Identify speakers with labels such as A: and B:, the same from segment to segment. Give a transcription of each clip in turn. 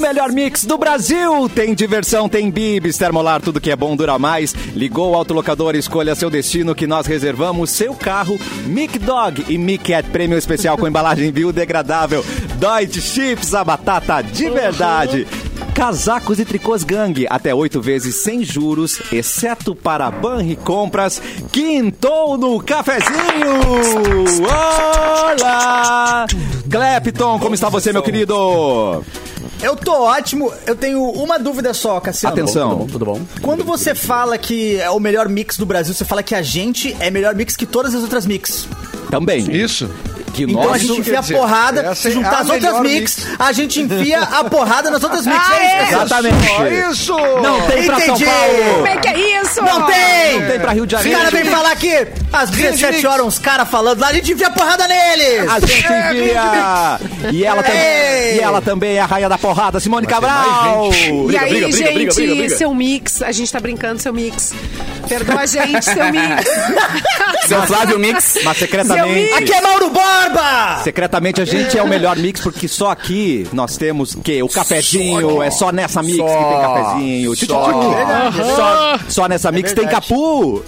A: melhor mix do Brasil. Tem diversão, tem bibis, termolar, tudo que é bom dura mais. Ligou o autolocador, escolha seu destino que nós reservamos seu carro. Mic Dog e Mic Cat Prêmio Especial com embalagem biodegradável. Deutsche Chips, a batata de verdade. Casacos e tricôs gangue, até oito vezes sem juros, exceto para Banri Compras. Quintou no cafezinho! Olá! Clepton, como está você, meu querido?
B: Eu tô ótimo. Eu tenho uma dúvida só, Cassiano.
A: Atenção.
C: Tudo bom?
B: Quando você fala que é o melhor mix do Brasil, você fala que a gente é melhor mix que todas as outras mix.
A: Também.
D: Isso.
A: Que
B: Então a
A: nós.
B: gente
D: quer
B: enfia a
D: dizer,
B: porrada,
D: essa
B: se
D: é
B: juntar
D: a
B: as outras
D: melhor
B: mix, a gente enfia a porrada nas outras mix.
E: Ah,
B: é isso,
E: é?
B: Cassiano.
A: Exatamente.
D: Isso.
A: Não tem pra São
B: Entendi.
A: Paulo.
E: Como é que é isso?
B: Não tem!
A: Não tem pra Rio de
B: Os
A: Janeiro.
B: caras vêm falar aqui às 17 horas, uns caras falando lá, a gente enfia a porrada neles!
A: A gente envia! E ela, também,
B: Ei!
A: e ela também é a rainha da porrada, Simone
D: mais
A: Cabral!
D: gente.
E: e
C: briga,
E: aí,
C: briga,
E: gente,
C: briga, briga, briga.
E: seu mix, a gente tá brincando, seu mix. Perdoa a gente, seu mix.
C: Seu Flávio Mix.
A: Mas
E: Seu
A: secretamente.
B: Aqui é Mauro Borba!
A: Secretamente a gente é o melhor mix, porque só aqui nós temos que o cafezinho, é só nessa mix que tem cafezinho. Tchu, tchu,
C: Só. É
A: tchu. Só, só nessa mix tem capu.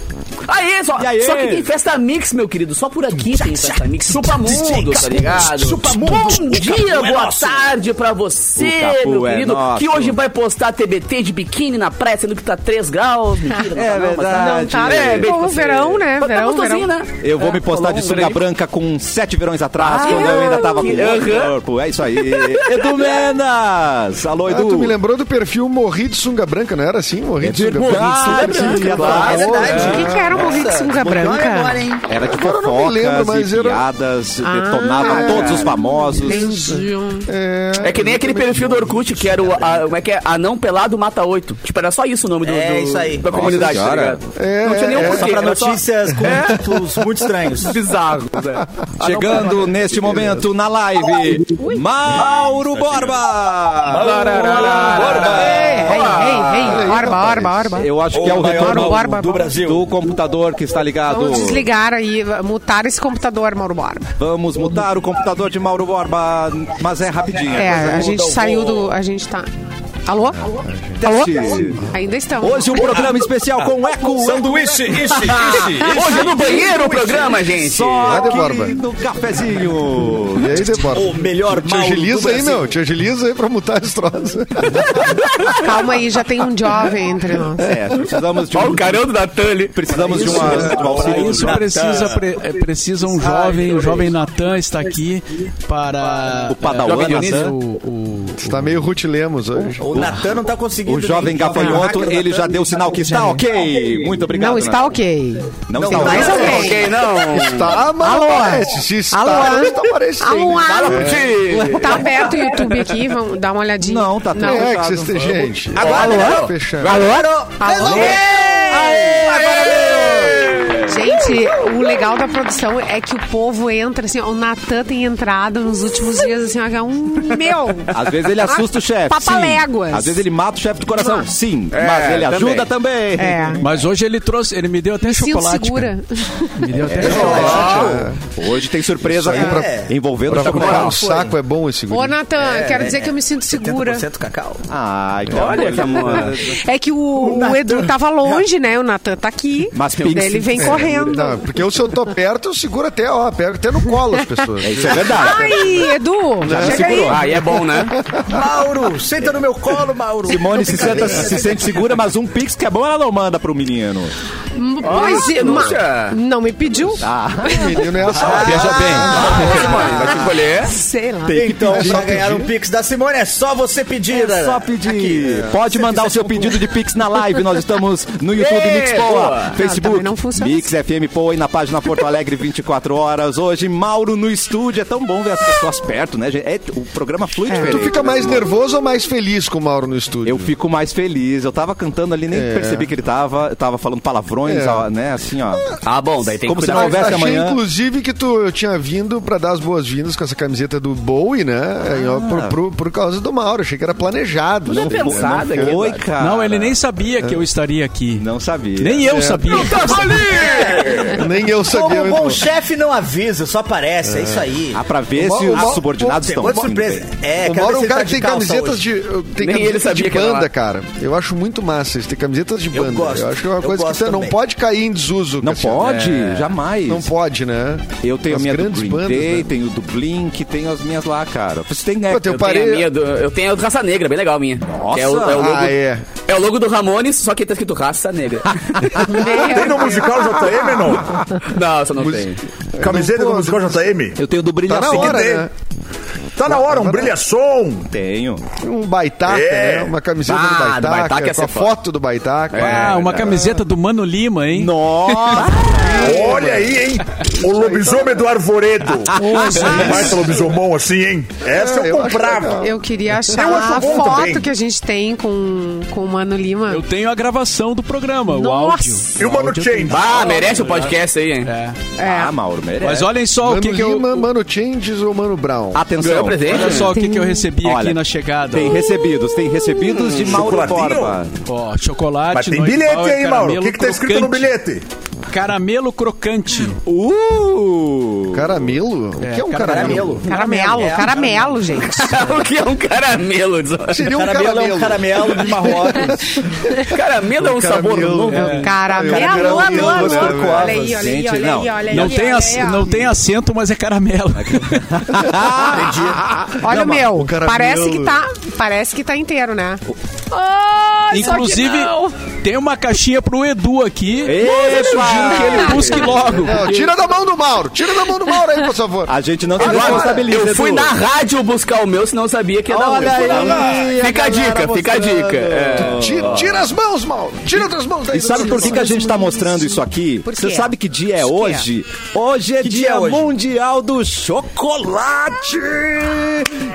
C: Aê, só,
A: E aí?
C: só que tem festa mix, meu querido. Só por aqui tem festa mix. Chupa mundo, tá ligado?
B: Chupa mundo.
C: Bom dia,
B: Capu é
C: boa
B: nosso.
C: tarde pra você,
A: O Capu
C: meu
A: é
C: querido.
A: nosso.
C: que hoje vai postar TBT de biquíni na praia, sendo que tá 3 graus. Mentira, não tá, não, mas tá-
E: Não tá, né?
C: bem
E: Pô,
C: você.
E: verão, né?
C: Mas tá
E: Verão,
C: gostosinho,
E: verão.
C: né?
A: Eu vou
C: É,
A: me postar de
C: falou um
A: sunga
C: verão.
A: branca com sete verões atrás,
C: Ah,
A: quando eu ainda tava com
C: que-
A: outro
C: aham.
A: corpo. É isso aí. Edu Menas! Alô,
D: Ah,
A: Edu.
D: tu me lembrou do perfil Morri de Sunga Branca, não era assim? Morri de Sunga Branca. Ah,
A: Verdade,
C: sunga branca,
A: olha lá.
C: claro.
B: É verdade.
E: O que, que era o morrido de sunga branca?
B: Agora, hein?
A: Era de
D: Agora eu não me
A: fofocas
D: lembro, mas
A: e
D: era-
A: piadas, detonava todos os famosos.
C: É que nem aquele perfil do Orkut, que era o. a- como é que é? Anão Pelado Mata oito. Tipo, era só isso o nome do,
B: É
C: do-
B: isso aí.
C: da
A: Nossa
C: comunidade, tá
A: senhora.
C: ligado?
D: É,
C: não tinha nenhum
D: é,
C: porquê.
B: Só pra
C: era só-
B: notícias com títulos muito estranhos.
C: bizarros, É. né?
A: Chegando neste momento na live, Mauro Borba!
E: Ei, ei, ei. Orba, orba, orba.
A: Eu acho que é o
F: O maior
A: retorno
E: Borba.
A: do Brasil do computador que está ligado.
E: Vamos desligar aí, mutar esse computador, Mauro Borba.
A: Vamos mudar o computador de Mauro Borba, mas é rapidinho.
E: É, a gente
A: um
E: saiu do. A gente tá. Alô? Alô?
A: Teste.
E: Ainda estamos.
A: Hoje um programa especial com eco.
F: Sanduíche, ishi, ishi, ishi.
E: é
C: Hoje no banheiro o programa, gente.
A: Só
D: Ah, de
A: aqui
D: Borba.
A: no cafezinho.
D: E aí, Debora?
F: O melhor
D: Te
F: mal
D: agiliza aí, meu. Te agiliza aí pra mutar esse troço.
E: Calma aí, já tem um jovem entre nós.
A: É, precisamos de
C: Olha
A: um,
C: o carão do Natali.
A: precisamos de uma de um
G: Para
A: auxílio.
G: é isso
A: Ah.
G: precisa, pre- é, precisa um jovem, o jovem Natan está aqui para...
A: O Padawan
G: é,
A: Natan.
G: O, o-
D: Tu tá meio Ruth Lemos hoje.
B: O Natan não tá conseguindo.
A: O jovem gafanhoto, ele já deu sinal que está ok. Muito obrigado.
E: Não está
A: Natan.
E: Tá ok.
A: Não,
B: Não
A: está
B: está
A: ok.
E: Mais alguém.
C: Ok, não.
D: Tá, mas
E: Alô?
D: aparece. Se está,
E: Alô?
D: não tá aparecendo.
E: Alô, alô.
C: Gente,
E: Tá aberto o YouTube aqui, vamos dar uma olhadinha.
A: Não, tá tudo
D: É, que
A: Fechado.
D: vocês têm gente.
B: Agora,
D: Fechando.
B: Alô? Alô?
E: Gente, o legal da produção é que o povo entra, assim, ó, o Natan tem entrado nos últimos dias, assim, ó, que é um meu.
A: Às vezes ele assusta o chefe.
E: Papaléguas.
A: sim. Às vezes ele mata o chefe do coração. Sim.
G: É,
A: mas ele
C: também.
A: ajuda É, também.
E: É.
G: Mas hoje ele trouxe, ele me deu até
E: Sinto
G: chocolate. cara.
E: segura.
G: Me deu até chocolate.
A: Hoje tem surpresa
D: Isso aí
A: com-
B: pra-
A: envolvendo
D: Pra furar
A: chocolate.
D: o saco é bom esse
E: Ô,
D: guri.
E: Natan,
A: É,
E: quero
A: né?
E: dizer que eu me sinto segura.
B: 70% cacau.
A: Ai, que
C: Olha que amor.
E: É que o, o Edu tava longe, né? O Natan tá aqui.
A: Mas
E: daí
A: Pix-
E: ele vem
A: é,
E: correndo.
D: Não, porque eu, se eu tô perto, eu seguro até, ó, pego até no colo as pessoas.
A: É, Isso é verdade.
E: Ai, Edu, chega aí.
C: Aí é bom, né?
B: Mauro, senta no meu colo, Mauro.
A: Simone se, senta- se sente segura, mas um pix que é bom ela não manda pro menino.
E: Hum, Pois é, ma-
C: denúncia.
E: não me pediu.
D: O menino é
A: assim.
D: assado.
G: Veja bem.
C: Vai
A: Ah,
C: te escolher.
E: Sei lá.
B: Então,
D: pedir.
B: pra ganhar um Pix da Simone, é só você pedir. né?
A: É só pedir. Pode mandar o seu
B: um
A: pedido de Pix na live. Nós estamos no YouTube
C: Ê,
A: Mix Poa,
C: boa.
A: Facebook
E: também não funciona
A: Mix FM Poa e na página Porto Alegre 24 horas. Hoje, Mauro no estúdio. É tão bom ver as pessoas perto, né? gente? É, o programa flui diferente. né?
D: Tu fica mais nervoso ou mais feliz com o Mauro no estúdio?
A: Eu fico mais feliz. Eu tava cantando ali, nem percebi que ele tava. Eu tava falando palavrões, milhões,
D: É.
A: ó, né? Assim, ó.
C: Ah, bom, daí tem
A: Como
C: que
A: se
C: cuidar.
A: não houvesse
D: Achei,
A: amanhã.
D: inclusive, que tu tinha vindo pra dar as boas-vindas com essa camiseta do Bowie, né? Em- Por, por- por causa do Mauro. Achei que era planejado.
C: Ah. Tudo é
D: foi,
C: pensado
D: não foi.
C: aqui.
A: Oi, cara.
G: Não, ele nem sabia que eu estaria aqui.
A: Ah. Não sabia. É.
G: Nem eu sabia.
D: É. Nem eu
B: Como
D: sabia.
B: um
D: mas
B: bom
D: bom.
B: chefe não avisa, só aparece, é isso aí.
A: Ah, pra ver
D: O
A: se
D: Mau-
A: os
D: o Mau-
A: subordinados
B: Pegou
A: estão
B: de surpresa.
A: bem.
B: É, quero
D: o
B: ver
D: Mauro é
B: se
D: um
B: ele tá
D: cara que tem
B: calça
D: camisetas
B: hoje.
D: de, tem
C: Nem ele
D: camisetas de
C: sabia que era
D: banda,
C: lá.
D: cara. Eu acho muito massa isso. Tem camisetas de
B: Eu
D: banda.
B: gosto,
D: acho que é uma
B: eu
D: coisa que
B: gosto
D: você não
B: também.
D: pode cair em desuso.
A: Não
D: Cassiano.
A: pode,
D: É.
A: jamais.
D: Não pode, né?
A: Eu tenho a
D: As
A: minha do
D: grandes
A: Green
D: bandas,
A: Day,
D: né?
A: tenho do Blink, tenho as minhas lá, cara. Você tem, né?
D: Pô, tem o
A: eu
D: Parei.
C: Tenho a minha do- eu tenho a do Raça Negra, bem legal a minha. Que é, o, é, o logo,
D: Ah, é.
C: é o logo do Ramones, só que tá escrito Raça Negra.
E: É.
H: Tem no musical JM, não?
C: não, essa não tem.
H: Camiseta
D: Não
H: do
D: pode.
H: musical JM?
A: Eu tenho do
D: Tá
A: Brilha
D: na
A: Som.
D: hora,
H: tem.
D: né?
H: Tá na hora, um brilha-som.
A: Tenho.
D: Um baitaca,
H: É.
D: né? Uma camiseta
C: Ah,
D: do
C: do
D: baitaca,
C: Baitaca ia
D: com
C: ser
D: a
C: foda.
D: foto do baitaca.
G: Ah, uma camiseta do Mano Lima, hein?
A: Nossa!
H: Olha aí, hein? O lobisomem do arvoredo.
A: é
H: Mais lobisomão assim, hein? Ah, Essa
D: É,
H: eu
D: eu acho
H: comprava.
E: Eu queria achar
H: Eu acho
E: a
H: bom
E: foto
H: também.
E: que a gente tem com, com o Mano Lima.
G: Eu tenho a gravação do programa, o
E: Nossa!
G: áudio.
H: E o Mano Chain.
C: Ah, merece o podcast aí, hein?
G: É.
A: Ah, Mauro, merece.
G: Mas olhem só
D: Mano
G: o que, que eu.
D: Lima, Mano Changes ou Mano Brown?
C: Ganhou
A: Atenção.
C: presente?
G: Olha só o que, que eu recebi
A: Olha,
G: aqui na chegada.
A: Tem recebidos, tem recebidos
D: Hum.
A: de Mauro
H: chocolatinho?
A: Borba.
G: Ó, chocolate.
H: Mas tem
G: Noite
H: bilhete
G: Power,
H: aí, Mauro. O
G: caramelo
H: que, que tá escrito no
G: crocante.
H: bilhete?
G: Caramelo crocante.
A: Uh!
D: Caramelo? O que é um caramelo?
G: caramelo. É.
E: Caramelo, caramelo, gente.
C: o que é um caramelo? diz-
D: Seria um
B: Caramelo é um
D: caramelo.
B: caramelo de Marrocos.
C: Caramelo é um sabor
D: Caramelo,
C: novo.
D: é.
E: Caramelo, alô, alô, alô. Olha aí, olha aí,
A: Gente,
E: olha
A: não.
E: aí, olha aí.
G: Não tem,
E: olha
G: ac-
E: aí, ó.
G: não tem acento, mas é caramelo.
E: Olha o meu.
D: o caramelo-
E: parece que tá, parece que tá inteiro, né?
G: Inclusive, tem uma caixinha pro Edu aqui.
A: Epa!
G: Sugiro que ele busque logo.
D: Não, tira da mão do Mauro. Tira da mão do Mauro aí, por favor.
A: A gente não se
C: Agora,
A: responsabiliza.
C: eu fui
A: Edu.
C: na rádio buscar o meu, senão eu sabia que ia dar
A: Olha
C: um.
A: aí, a
C: Fica a
A: galera
C: dica, fica a dica. É.
D: Ti- Tira, as mãos, Mauro. Tira outras mãos daí.
A: E sabe por que, que a gente tá mostrando isso aqui? Você sabe que dia é hoje? Hoje é dia,
B: dia é hoje?
A: mundial do chocolate!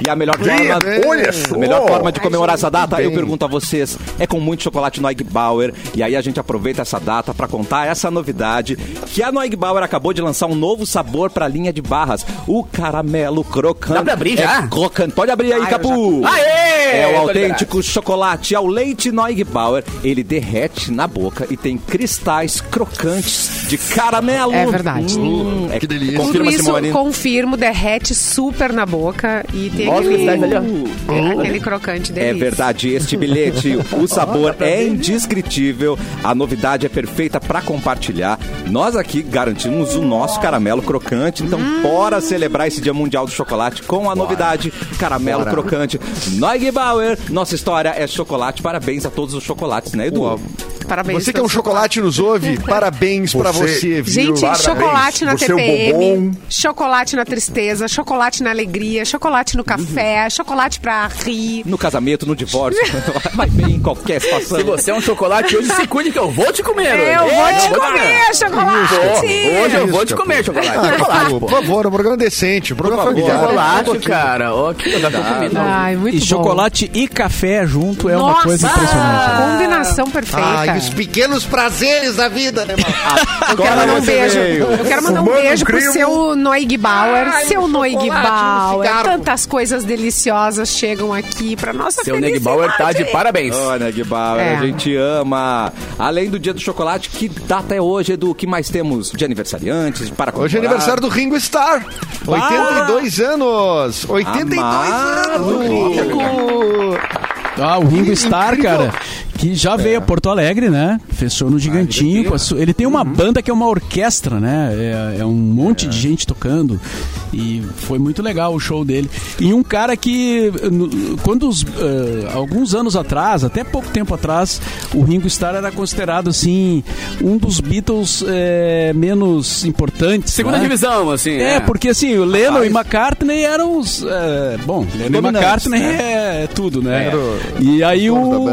A: E a melhor forma,
H: bem. Olha só!
A: a melhor forma de comemorar essa data, eu pergunto a vocês, é com muito chocolate Noig Bauer. E aí a gente aproveita essa data para contar essa novidade que a Noig Bauer acabou de lançar um novo sabor para a linha de barras, o caramelo crocante.
C: Dá pra abrir já?
A: É crocante. Pode abrir aí,
E: Ah, eu
A: Capu.
C: já- Aê!
A: É o
C: Tô
A: autêntico o chocolate ao leite Neugbauer, ele derrete na boca e tem cristais crocantes de caramelo.
E: É verdade.
A: Hum, é-
D: Uh, Que delícia.
E: Tudo
A: Confirma,
E: isso,
A: Simone.
E: confirmo, derrete super na boca e tem
C: Olha os
E: aquele,
C: cristais ali, ó.
E: é, aquele crocante
A: É
E: delícia.
A: verdade, este bilhete, o sabor é indescritível, a novidade é perfeita para compartilhar. Nós aqui garantimos o nosso caramelo crocante, então
E: Hum.
A: bora celebrar esse Dia Mundial do Chocolate com a novidade caramelo crocante. Neugbauer, nossa história é chocolate. Parabéns a todos os chocolates, né, Edu?
E: Parabéns.
D: Você que é um
E: todos.
D: chocolate nos ouve, parabéns pra
H: Você-
D: você, viu?
E: Gente,
H: Parabéns.
E: chocolate na
H: Você é o
E: TPM,
H: bombom.
E: chocolate na tristeza, chocolate na alegria, chocolate no café, chocolate pra rir.
A: No casamento, no divórcio, vai bem em qualquer situação.
C: Se você é um chocolate hoje, se cuide que eu vou te comer.
E: Eu
C: hoje.
E: vou
C: Ei,
E: te comer,
C: Pô, Hoje
E: chocolate!
C: eu vou
D: Isso,
C: te comer
D: Ah,
C: chocolate.
D: Capu, por favor, um programa decente, um programa familiar. Um
C: Chocolate, cara. Ó, que eu já tô comendo.
E: Ai, muito
G: E
E: bom.
G: chocolate e café junto é uma
E: Nossa!
G: coisa impressionante.
E: Combinação perfeita.
D: Ah, e os pequenos prazeres da vida, né, Mauro?
E: Eu quero mandar um beijo. Eu quero mandar um
H: Fumando
E: beijo pro
H: grilo.
E: seu Noigbauer. seu
D: no
E: Noigbauer.
D: cigarro.
E: Tantas coisas deliciosas chegam aqui pra nossa
C: Seu Neg
E: felicidade.
C: Bauer tá de parabéns.
A: Ô, Neg Bauer,
E: É.
A: a gente ama. Além do dia do chocolate, que data é hoje, Edu? O que mais temos de aniversariantes, de para
D: Hoje é aniversário do Ringo Starr.
C: Ah!
D: 82 anos. 82 anos.
G: Ah, o Ringo Starr,
D: Incrível.
G: cara, que já veio a Porto Alegre, né? Fez show no Gigantinho. passou- Ele tem
C: Uhum.
G: uma banda que é uma orquestra, né? É, é um monte de gente tocando. E foi muito legal o show dele. E um cara que, no- quando os, eh, alguns anos atrás, até pouco tempo atrás, o Ringo Starr era considerado, assim, um dos Beatles eh, menos importantes.
C: Segunda
G: né?
C: divisão, assim.
G: É, porque assim, o Lennon e McCartney eram os. é, bom, Lennon e
A: dominantes,
D: né?
G: McCartney é tudo, né? E aí o,
D: donos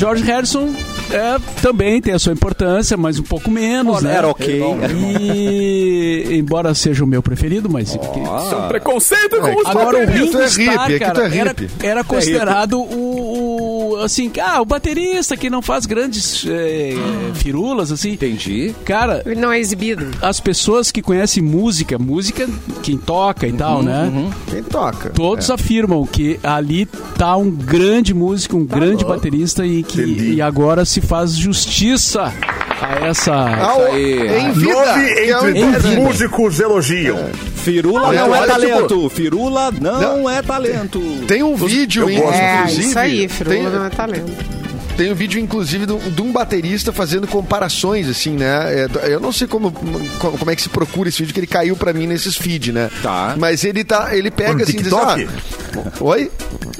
D: da
G: o, George Harrison é, também tem a sua importância, mas um pouco menos, né?
A: Era ok.
G: E embora seja o meu preferido, mas. É,
C: São é um
D: É,
C: preconceito com os
G: Agora o
D: Aqui tu
G: Ringo
D: é
C: tá
G: Starr,
D: hippie, aqui tu
G: cara,
D: é
G: era,
D: hippie.
G: era considerado o, o assim, ah, o baterista que não faz grandes eh, firulas, assim.
A: Entendi.
G: Cara,
E: Ele não é exibido.
G: as pessoas que conhecem música, música, quem toca e
H: Uhum,
G: tal, né?
D: Quem toca? é.
G: Todos afirmam que ali tá um grande músico,
D: Tá
G: um grande baterista e que
H: Entendi.
G: e agora se faz justiça a essa.
D: Ah, o-
A: aí.
D: Em vida.
H: Nove
D: que é o-
H: entre
G: Em
H: dez
G: vida.
H: músicos elogiam. tipo,
A: Firula
D: Não,
A: não, é
D: olha,
A: talento. Firula não,
D: Não.
A: é talento.
D: Tem um vídeo,
H: eu gosto.
E: É,
D: inclusive.
E: isso aí, Firula
D: tem-
E: não é talento.
D: Tem um vídeo, inclusive, de um, de um baterista fazendo comparações, assim, né? É, do- Eu não sei como, co- como é que se procura esse vídeo, que ele caiu pra mim nesses feed, né?
A: Tá.
D: Mas ele tá, ele pega
H: No
D: assim, diz,
H: TikTok?
D: ah, Oi?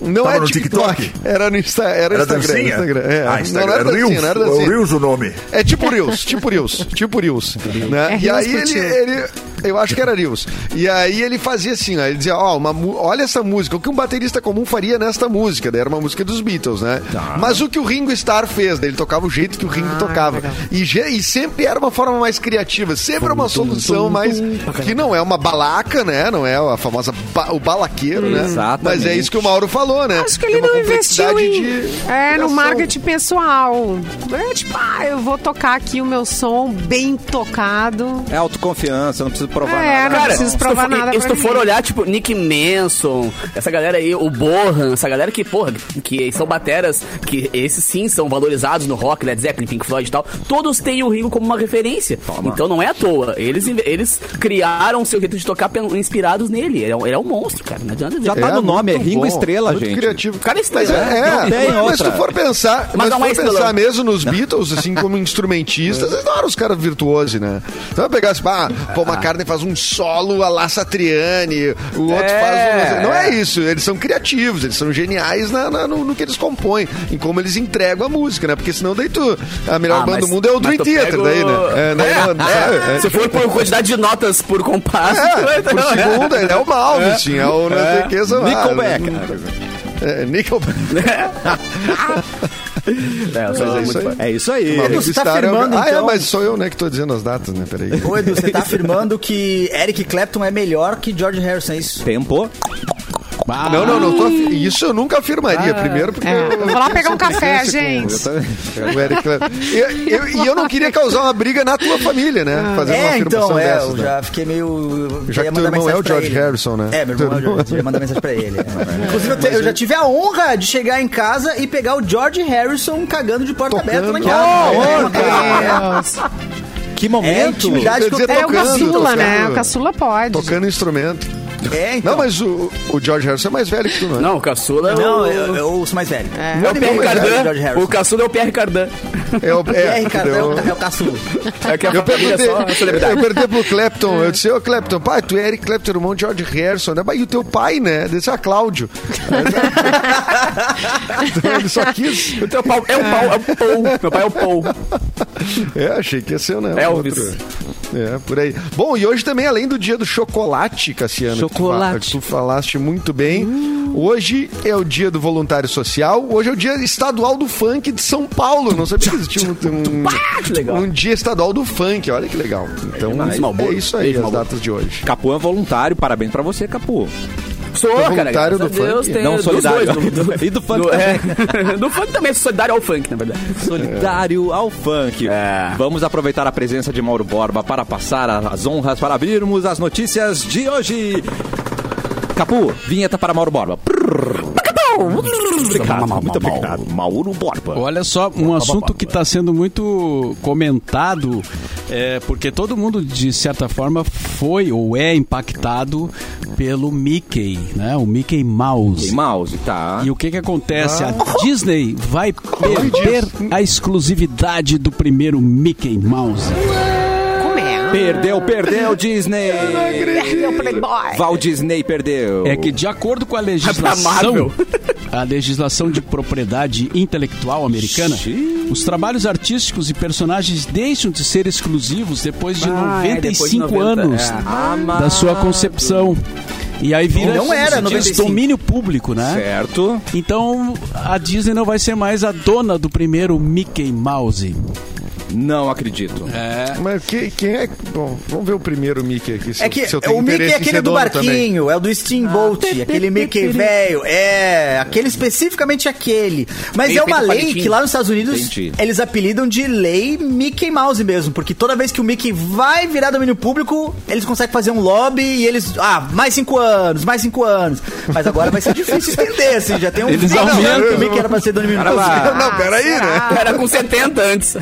D: Não
H: Tava
D: é
H: no
D: TikTok.
H: TikTok?
D: Era no Insta, era
H: Era
D: Instagram.
H: dancinha?
D: Instagram. É.
H: Ah,
D: Não,
H: Instagram.
D: era
H: É
D: dancinha,
H: Reels.
D: não era
H: É o
D: dancinha.
H: Reels o nome.
D: É tipo Reels, tipo Reels, tipo Reels. Né?
E: É
D: e
E: Reels
D: aí ele,
E: contigo.
D: ele- Eu acho que era Reels. E aí ele fazia assim, ó, ele dizia, ó, uma mu- olha essa música, o que um baterista comum faria nesta música? Daí era uma música dos Beatles, né? Mas o que o Ringo Starr fez, daí ele tocava o jeito que o Ringo tocava.
E: Ah, legal.
D: E, ge- e sempre era uma forma mais criativa, sempre era uma solução mais. Que não é uma balaca, né? Não é a famosa. ba- o balaqueiro, né?
A: Exatamente.
D: Mas é isso que o Mauro falou, né?
E: Acho que
D: Tem
E: ele
D: uma
E: não investiu
D: complexidade
E: em,
D: de
E: é, no
D: criação.
E: marketing pessoal. É tipo, ah, eu vou tocar aqui o meu som bem tocado.
A: É autoconfiança, não preciso provar
E: É,
A: nada.
E: não
A: Cara,
E: precisa
C: se tu
E: provar
C: for-
E: nada
C: E, e
E: pra
C: se tu for
E: ninguém.
C: olhar, tipo, Nick Manson, essa galera aí, o Bohan, essa galera que, porra, que são bateras, que esses sim são valorizados no rock, Led Zeppelin, Pink Floyd e tal, todos têm o Ringo como uma referência. Então não é à toa. Eles, eles criaram o seu jeito de tocar pen- inspirados nele. Ele é um, ele é um monstro, cara. Não adianta dizer.
A: Já tá no nome, é
D: muito
A: Ringo
D: bom,
A: Estrela,
D: muito
A: gente.
D: criativo.
C: Cara, estrela,
D: Mas é,
C: né? Não
D: é,
A: tem
D: mas se
A: outra.
D: tu for pensar, mas,
C: Mas não é
D: se for
C: estrelão.
D: pensar mesmo nos Beatles, assim, como instrumentistas,
A: É.
D: eles não eram os caras virtuosos, né? Então eu pegasse, pá, Paul McCartney faz um solo a La Satriani, o outro faz um... Não é isso, eles são criativos, eles são geniais na- na- no, no que eles compõem, em como eles entregam a música, né? Porque senão daí tu... A melhor
C: Ah,
D: banda
C: mas-
D: do mundo é o
C: mas
D: Dream
C: tu
D: Theater,
C: pega o-
D: daí, né? É, né? Não- é, é.
C: Se for por quantidade de notas por compasso,
D: É,
C: então-
D: por segunda, ele é o Malmsteen, é o não sei o que, sei lá. né?
A: Nickelback.
C: né?
D: É, Nickelback.
C: É, eu sou
D: Mas é isso
C: muito
D: aí.
C: fã.
A: É isso aí.
D: Mauro
B: Edu, você tá
D: Star é o-
B: afirmando,
D: Ah, é,
B: então?
D: mas sou eu, né, que tô dizendo as datas, né? Peraí.
B: Ô, Edu, você tá afirmando que Eric Clapton é melhor que George Harrison, é isso?
A: Tempo.
G: Bah,
D: Não, não, não. tô af- Isso eu nunca
B: Ah,
D: afirmaria. Primeiro porque...
E: É,
D: eu-
E: vou lá pegar um
D: eu
E: café,
D: penso com-
E: gente.
D: eu também- o Eric Clapton. E eu, e eu não queria causar uma briga na tua família, né? Fazer uma
B: É,
D: afirmação
B: então, é,
D: dessas,
B: eu
D: né?
B: já fiquei meio. eu
D: Já
B: ia
D: que
B: mandar
D: teu irmão é
B: mensagem
D: o
B: pra
D: George
B: ele.
D: Harrison, né?
B: É, meu irmão é o
D: Teu
B: George Harrison. Eu ia mandar mensagem pra ele. é. Inclusive, eu, te- eu já tive a honra de chegar em casa e pegar o George Harrison cagando de porta
D: Tocando.
B: aberta na casa.
D: Oh,
B: É uma
D: oh,
B: coisa-
A: Que
B: É a
A: momento.
B: intimidade que
D: Quer
B: eu
D: dizer,
B: tenho.
E: É o
D: Tocando,
E: caçula, né?
D: tocando.
E: O caçula pode.
D: Tocando instrumento.
B: É, então.
D: Não, mas o, o George Harrison é mais velho que tu, não é?
C: Não, o caçula é o-
B: Não, eu, eu sou mais velho.
E: É.
B: Um
C: É o
B: ano e meio
C: Pierre
B: mais velho que George
C: Cardan.
B: Harrison.
C: O caçula é o Pierre Cardan.
D: É o...
B: É,
D: É,
B: Ricardo, é
D: entendeu?
B: o, é o caçulo.
C: É que a
D: Eu
C: família
D: perguntei,
C: só é celebridade.
D: eu perguntei pro Clapton, eu disse, ô Clapton, pai, tu é Eric Clapton, irmão de George Harrison, né? Mas E o teu pai, né? Desse é Cláudio. Ele só quis.
C: O teu pau é o pau, é o Paul. Meu pai é o Paul.
D: É, achei que ia ser, né? um
C: Elvis.
D: outro. É, por aí. Bom, e hoje também, além do dia do chocolate, Cassiano,
G: Chocolate.
D: Que, tu fa- que tu falaste muito bem, hoje é o dia do voluntário social, hoje é o dia estadual do funk de São Paulo. Não sabia que existia um, um-
C: que legal.
D: um dia estadual do funk, olha que legal. Então,
C: Beijo,
D: é
C: Malboro.
D: isso aí,
C: Beijo,
D: as
C: Malboro.
D: datas de hoje.
A: Capu é voluntário, parabéns pra você, Capu.
C: Sou,
D: Foi
C: cara. graças
D: voluntário do
C: a Deus,
D: funk?
C: tem
A: Não,
C: dos
A: solidário.
C: dois,
A: E do funk
C: É, do funk também, sou solidário ao funk, na verdade.
A: Solidário ao funk.
C: É.
A: Vamos aproveitar a presença de Mauro Borba para passar as honras para abrirmos as notícias de hoje. Capu, vinheta para Mauro Borba. Obrigado, muito obrigado. Mauro Borba.
G: Olha só, um assunto que está sendo muito comentado, é, porque todo mundo, de certa forma, foi ou é impactado pelo Mickey, né? O Mickey Mouse.
A: Tem mouse, tá?
G: E o que que acontece? A Disney vai perder a exclusividade do primeiro Mickey Mouse.
E: Como é?
A: Perdeu, perdeu, Disney. Val Disney perdeu.
G: É que de acordo com a legislação,
C: Marvel.
G: a legislação de propriedade intelectual americana,
A: Xiii.
G: os trabalhos artísticos e personagens deixam de ser exclusivos depois de
C: Ah, é, depois de
G: 95
C: 90,
G: anos
C: é.
G: da sua concepção. E aí vira
B: Não era,
G: de
B: 95.
G: domínio público, né?
A: Certo.
G: Então a Disney não vai ser mais a dona do primeiro Mickey Mouse.
A: Não acredito.
D: Mas que- quem é. Bom, vamos ver o primeiro Mickey aqui. se
B: É
D: eu-
B: que
D: se eu tenho
B: o Mickey
D: interesse
B: é
D: em
B: aquele
D: ser
B: do
D: dono também.
B: barquinho, é o do Steamboat, aquele Mickey velho. É, aquele especificamente aquele. Mas
C: Bem
B: é uma
C: feito
B: lei
C: palitinho.
B: que lá nos Estados Unidos
A: Entendi.
B: eles apelidam de lei Mickey Mouse mesmo, porque toda vez que o Mickey vai virar domínio público, eles conseguem fazer um lobby e eles. Ah, mais cinco anos, mais cinco anos. Mas agora vai ser difícil estender, assim, já tem um.
A: Eles
B: Não,
A: aumentam.
B: que O Mickey era pra ser domínio público.
D: Não, peraí, né?
C: Era com 70 antes.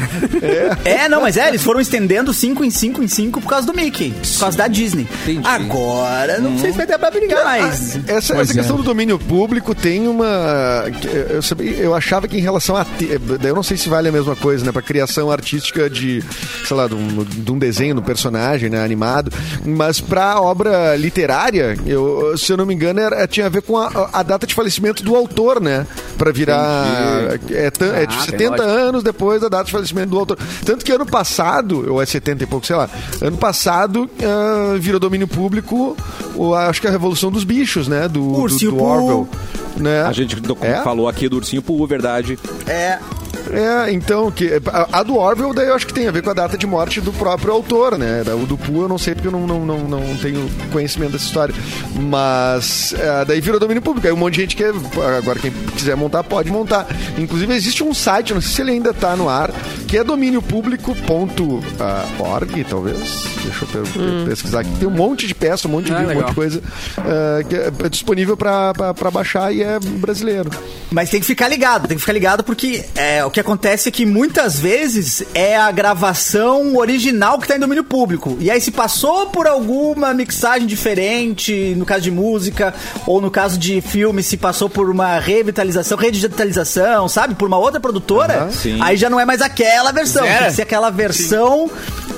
B: É, não, mas é, eles foram estendendo 5 em 5 em 5 por causa do Mickey, por causa da Disney. Agora, não sei se vai dar pra brigar mais.
D: Essa, essa questão do domínio público tem uma. Eu, sabia- eu achava que em relação a. te- daí Eu não sei se vale a mesma coisa, né? Pra criação artística de, sei lá, de um, de um desenho, de um personagem, né? Animado. Mas pra obra literária, eu, se eu não me engano, era- tinha a ver com a, a data de falecimento do autor, né? Pra virar. É, tan- é
C: Ah,
D: de
C: tem
D: 70
C: lógica.
D: anos depois da data de falecimento do autor. Tanto que ano passado, ou é 70 e pouco, sei lá, ano passado ah, virou domínio público, o- acho que é a Revolução dos Bichos, né? Do, do-
B: Ursinho
D: do
B: Pooh.
D: Orwell. Né?
A: A gente do-
D: É?
A: falou aqui do ursinho Poo, verdade.
B: É,
D: É, então, que, a, a do Orwell daí eu acho que tem a ver com a data de morte do próprio autor, né? Da- O do Pooh eu não sei porque eu não, não, não, não tenho conhecimento dessa história. Mas é, daí virou domínio público. Aí um monte de gente que agora quem quiser montar pode montar. Inclusive existe um site, não sei se ele ainda tá no ar, que é domíniopublico.org, talvez. Deixa eu pe- pesquisar aqui. Tem um monte de peça, um monte de
C: Hum. Ah,
D: livro, um monte de
C: legal.
D: coisa é, que é, é disponível pra, pra, pra baixar e é brasileiro.
B: Mas tem que ficar ligado, tem que ficar ligado porque é, o que acontece é que muitas vezes é a gravação original que tá em domínio público. E aí se passou por alguma mixagem diferente, no caso de música, ou no caso de filme, se passou por uma revitalização, redigitalização, sabe? Por uma outra produtora,
A: sim.
B: aí já não é mais aquela versão.
C: Zero.
B: Tem que ser aquela versão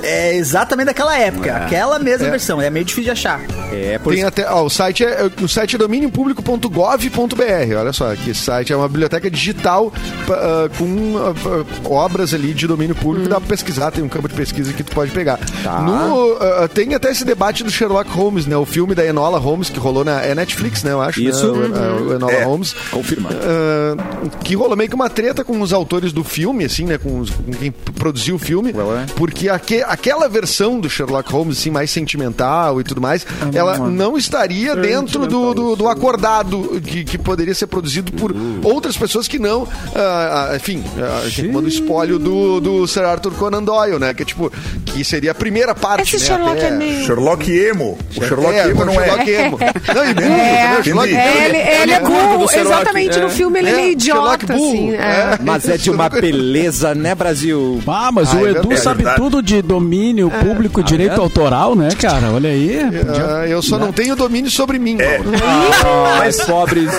B: é, exatamente daquela época. Aquela mesma versão. É meio difícil de achar.
A: É, por
D: Tem até, ó, o site é o site é domíniopublico.gov.br. Olha só, que site é uma biblioteca digital pa- ah, com ah, pa- obras ali de domínio público, dá pra pesquisar, tem um campo de pesquisa que tu pode pegar. No, ah, tem até esse debate do Sherlock Holmes, né? O filme da Enola Holmes que rolou na é Netflix, né? Eu acho, né,
A: Isso.
D: o- o, o Enola
H: É.
D: Holmes.
A: Confirmado.
D: Ah, que rolou meio que uma treta com os autores do filme, assim, né? Com, os- com quem produziu o filme. Porque aque- aquela versão do Sherlock Holmes, assim, mais sentimental e tudo mais, ela não estaria dentro do, do, do acordado que, que poderia ser produzido por
H: Uh.
D: outras pessoas que não. ah, ah, enfim, ah, quem manda o espólio do, do Sir Arthur Conan Doyle, né? Que é tipo, que seria a primeira parte.
E: Esse
D: né,
E: Sherlock
D: até-
E: é meio...
H: Sherlock Emo. O Sherlock
D: é,
H: Emo
D: o
H: não é.
D: Sherlock Emo. Não, e burro,
E: É,
D: né? O Sherlock
E: É, ele, ele é burro,
D: Sherlock,
E: exatamente.
D: é.
E: No filme ele é
D: É,
E: meio
D: Sherlock
E: idiota,
D: burro,
E: assim. é.
A: Mas é de uma beleza, né, Brasil?
G: Ah, mas
D: Ah,
G: o
D: é
G: Edu
D: verdade.
G: sabe
H: É
G: tudo de domínio público,
H: Ah,
G: e direito autoral, né, cara? Olha aí.
D: Ah, eu só
G: Né?
D: não tenho domínio sobre mim. Mauro.
A: É. Ah, mas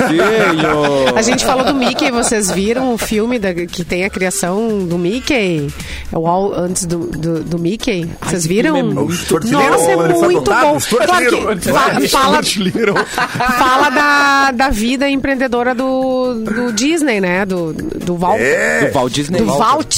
A: pobrezinho.
E: A gente falou do Mickey, vocês viram o filme da- que tem a criação do Mickey? É o All Antes do, do, do Mickey? Vocês viram? Nossa, é muito bom. Claro que fa- fala, fala da, da vida empreendedora do, do Disney, né? Do, do Walt.
H: É.
A: Do Walt Disney.
E: Do Walt.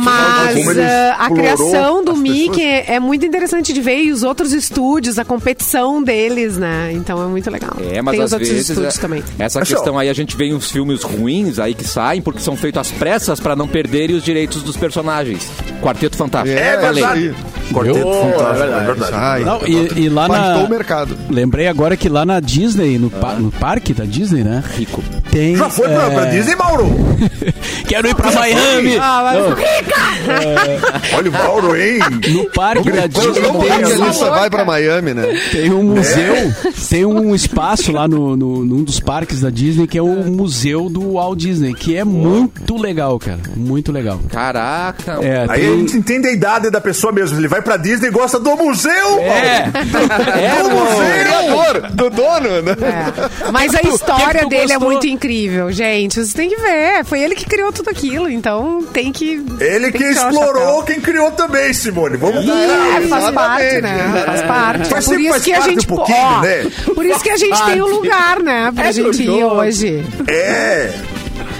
E: Mas
H: Como ele
E: ah, a
H: explorou
E: criação do
H: as
E: Mickey é, é muito interessante de ver e os outros estúdios, a competição deles, né? Então é muito legal.
A: É, mas
E: Tem
A: às
E: os outros
A: vezes
E: estúdios
A: é-
E: também.
A: essa
H: Mas, ó,
A: questão aí, a gente vê uns filmes ruins aí que saem porque são feitos às pressas pra não perderem os direitos dos personagens. Quarteto Fantástico.
H: É
A: Falei.
H: verdade. Quarteto fantástico, é verdade.
D: Ai,
G: Não, e, e lá
D: Partou
G: na.
D: o mercado.
G: Lembrei agora que lá na Disney, no, pa- no parque da Disney, né?
A: Rico.
G: Tem.
H: Ah. Já foi pra,
G: é,
H: pra Disney, Ah, Mauro?
G: Quero ir pra Miami!
A: É.
H: Olha o Mauro, hein?
G: No parque da Disney
D: Não
G: tem-
D: é que a lista vai pra Miami, né?
G: Tem um museu, tem um espaço lá no, no- num dos parques da Disney que é o museu do Walt Disney, que é muito legal, cara. Muito legal.
A: Caraca.
G: É,
H: Aí a
G: tem,
H: gente entende a idade da pessoa mesmo. Ele vai pra Disney e gosta do museu,
G: é,
H: Mauro. Do museu!
D: Criador, do dono, né?
E: É. Mas a
G: Tu- que
E: história
G: que tu
E: dele é
G: gostou?
E: muito incrível, gente. Vocês têm que ver. Foi ele que criou tudo aquilo, então tem que.
H: Ele
E: tem
H: que
E: tirar o
H: explorou,
E: chapéu.
H: quem criou também, Simone. Vamos
E: É,
H: dar.
E: faz parte, né? Faz parte.
H: Faz-
E: É por isso
H: faz
E: que a
H: parte
E: gente.
H: um pouquinho,
E: ó,
H: né?
E: Por isso que a gente tem um lugar, né? Pra gente ir hoje.
H: É.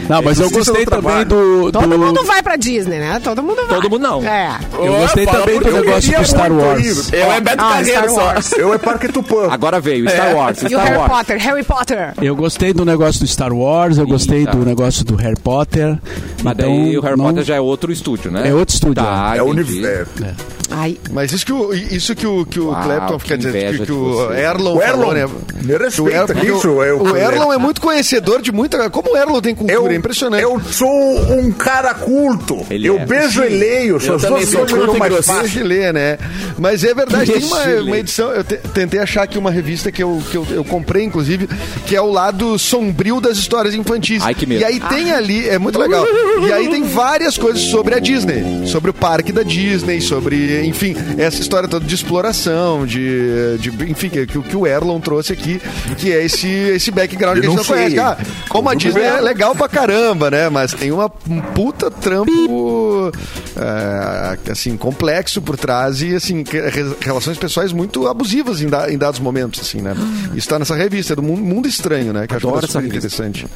G: Não, mas eu gostei também do.
E: Todo
G: do-
E: mundo vai pra Disney, né? Todo mundo vai.
I: Todo mundo não.
E: É.
G: Eu gostei
C: Opa,
G: também do
C: eu
G: negócio
H: queria
G: do Star
H: muito
G: Wars.
H: ir.
C: Eu é Beto
E: Ah,
C: Carreiro
E: Star
C: só.
E: Wars.
H: Eu é Parque Tupã.
A: Agora veio, Star Wars.
E: E o
A: Star
E: Harry
A: Wars.
E: Potter, Harry Potter.
G: Eu gostei do negócio do Star Wars, eu gostei
I: tá.
G: do negócio do Harry Potter.
I: Mas
G: então,
I: daí o Harry
G: não-
I: Potter já é outro estúdio, né?
G: É outro estúdio,
I: Tá,
H: É o
I: entendi.
H: universo.
A: É.
E: Ai,
D: Mas isso que o, isso que o, que o
I: Uau,
D: Clapton,
I: que
D: quer dizer,
I: inveja
D: que, que
I: de
D: o
I: você.
D: Erlon
H: O
D: falou,
H: Erlon,
D: né?
H: me respeita,
D: porque
H: isso,
D: o,
H: eu-
D: o Erlon é muito conhecedor de muita... Como o Erlon tem cultura,
H: Eu,
D: é impressionante.
H: eu sou um cara culto.
I: Ele
H: eu
I: é.
H: beijo e leio. São as
C: também
H: duas
C: sou
H: coisas que
C: culto
H: eu
C: e
H: um mais
C: grosseiro.
H: faço.
D: de ler, né? Mas é verdade, tem uma,
I: Deixa eu
D: uma
I: ler.
D: edição. Eu te- tentei achar aqui uma revista que, eu, que eu, eu comprei, inclusive, que é o lado sombrio das histórias infantis.
I: Ai, que medo.
D: E aí tem ali, é muito legal. E aí tem várias coisas sobre a Disney, sobre o parque da Disney, sobre, enfim, essa história toda de exploração, de. de enfim, que, que o- que o Erlon trouxe aqui, que é esse, esse background que a gente não
H: Denunciei.
D: conhece. Ah, como a Disney é legal pra caramba, né? Mas tem uma um puta trampo é, assim, complexo por trás e assim, que- re- relações pessoais muito abusivas em, da- em dados momentos, assim, né? Isso tá nessa revista, é do Mundo, Mundo Estranho, né? Que eu acho que
I: Adoro
D: é
I: essa
D: super
I: revista.
D: interessante.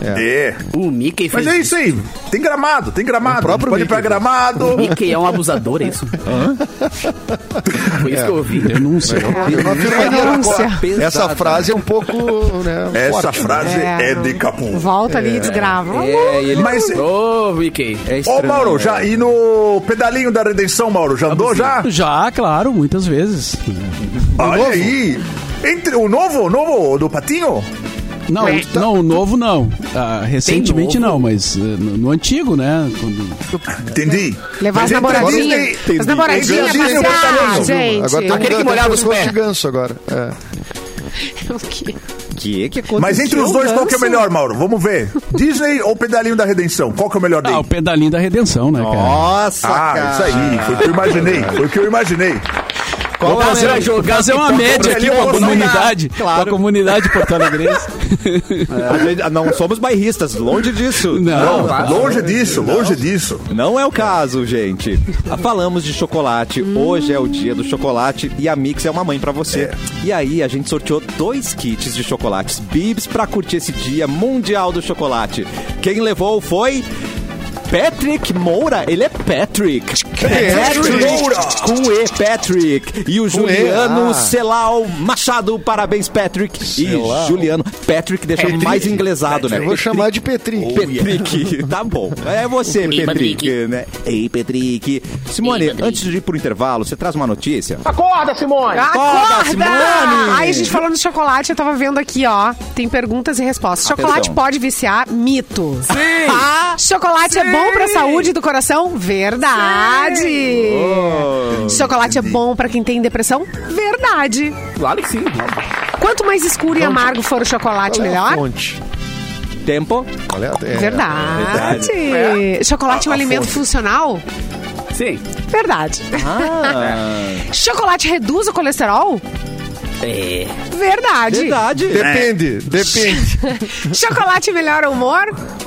H: É.
C: O Mickey fez.
H: Mas é isso aí. Tem gramado, tem gramado.
D: O próprio
H: pode ir pra
D: Mickey.
H: gramado.
C: Mickey é um abusador, é isso? Foi isso que eu ouvi.
G: Denúncia.
D: É. Eu não afirmaria
E: Denúncia.
D: agora. Essa frase é um pouco, né?
H: Essa
D: forte, né?
H: frase é, de capum.
E: volta ali e desgrava.
I: É, e ele...
H: Mas,
C: um- Ô,
H: ô
C: Mickey.
I: é estranho,
H: Mauro,
I: né?
H: já, e no pedalinho da redenção, Mauro, já andou já?
G: Já, claro, muitas vezes.
H: Olha aí. Entre o novo, o novo do Patinho?
G: Não, não, o novo não. Ah, recentemente
C: novo?
G: não, mas eh, no, no antigo, né? Quando-
H: Entendi.
E: Levar as
H: Mas entre a Disney-
E: namoradinhas. As namoradinhas
H: Entendi.
E: passear,
H: Entendi.
D: Agora
E: gente.
D: tem
C: é
D: um
C: Aquele que
D: tem
C: molhava
D: pessoas
C: os pés.
D: de ganso agora. É.
E: O quê?
I: Que que aconteceu?
H: Mas entre os dois, qual que é o
I: Ganso?
H: melhor, Mauro? Vamos ver. Disney ou pedalinho da redenção? Qual que é o melhor
G: Ah, o
H: dele?
G: pedalinho da redenção, né, cara?
A: Nossa,
H: Ah,
A: cara. é
H: isso aí. Foi o que eu imaginei. Foi o que eu imaginei.
G: Vou fazer,
H: é?
G: vou fazer é uma média
H: ali,
G: aqui com a
H: vou jogar.
G: comunidade,
A: Claro.
G: com a comunidade porto-alegrense.
A: A gente- ah, não somos bairristas, longe disso.
G: Não,
H: longe disso, longe disso.
A: Não é o caso, gente. Ah, Falamos de chocolate. Hoje é o dia do chocolate e a Mix é uma mãe pra você. E aí a gente sorteou dois kits de chocolates Bibs pra curtir esse dia mundial do chocolate. Quem levou foi Patrick Moura. Ele é Patrick. Patrick Moura. Com E, Patrick. E o Juliano
D: ah.
A: Celal Machado. Parabéns, Patrick. E Juliano. Patrick deixa mais inglesado, né?
D: Eu vou chamar de Petri.
A: Petrick, tá bom. É você,
C: Ei,
A: Petrick,
C: Patrick.
A: né? Ei, Petrick. Simone,
C: Ei, Patrick.
A: antes de ir pro intervalo, você traz uma notícia?
D: Ah,
E: Acorda!
A: Simone!
E: Aí a gente falando de chocolate, eu tava vendo aqui, ó. Tem perguntas e respostas. Chocolate
A: Atenção.
E: pode viciar? Mito. Sim! Chocolate é bom pra saúde do coração? Verdade! Chocolate é bom pra quem tem depressão? Verdade!
C: Claro que sim.
E: Quanto mais escuro e amargo for o chocolate,
D: Qual é a
E: melhor?
D: fonte?
A: Tempo?
D: Qual é a- é,
E: Verdade. Chocolate é um alimento funcional?
C: Sim.
E: Verdade. Chocolate reduz o colesterol?
C: É.
E: Verdade.
A: Verdade.
D: É. Depende, depende. Ah,
E: Chocolate melhora o humor?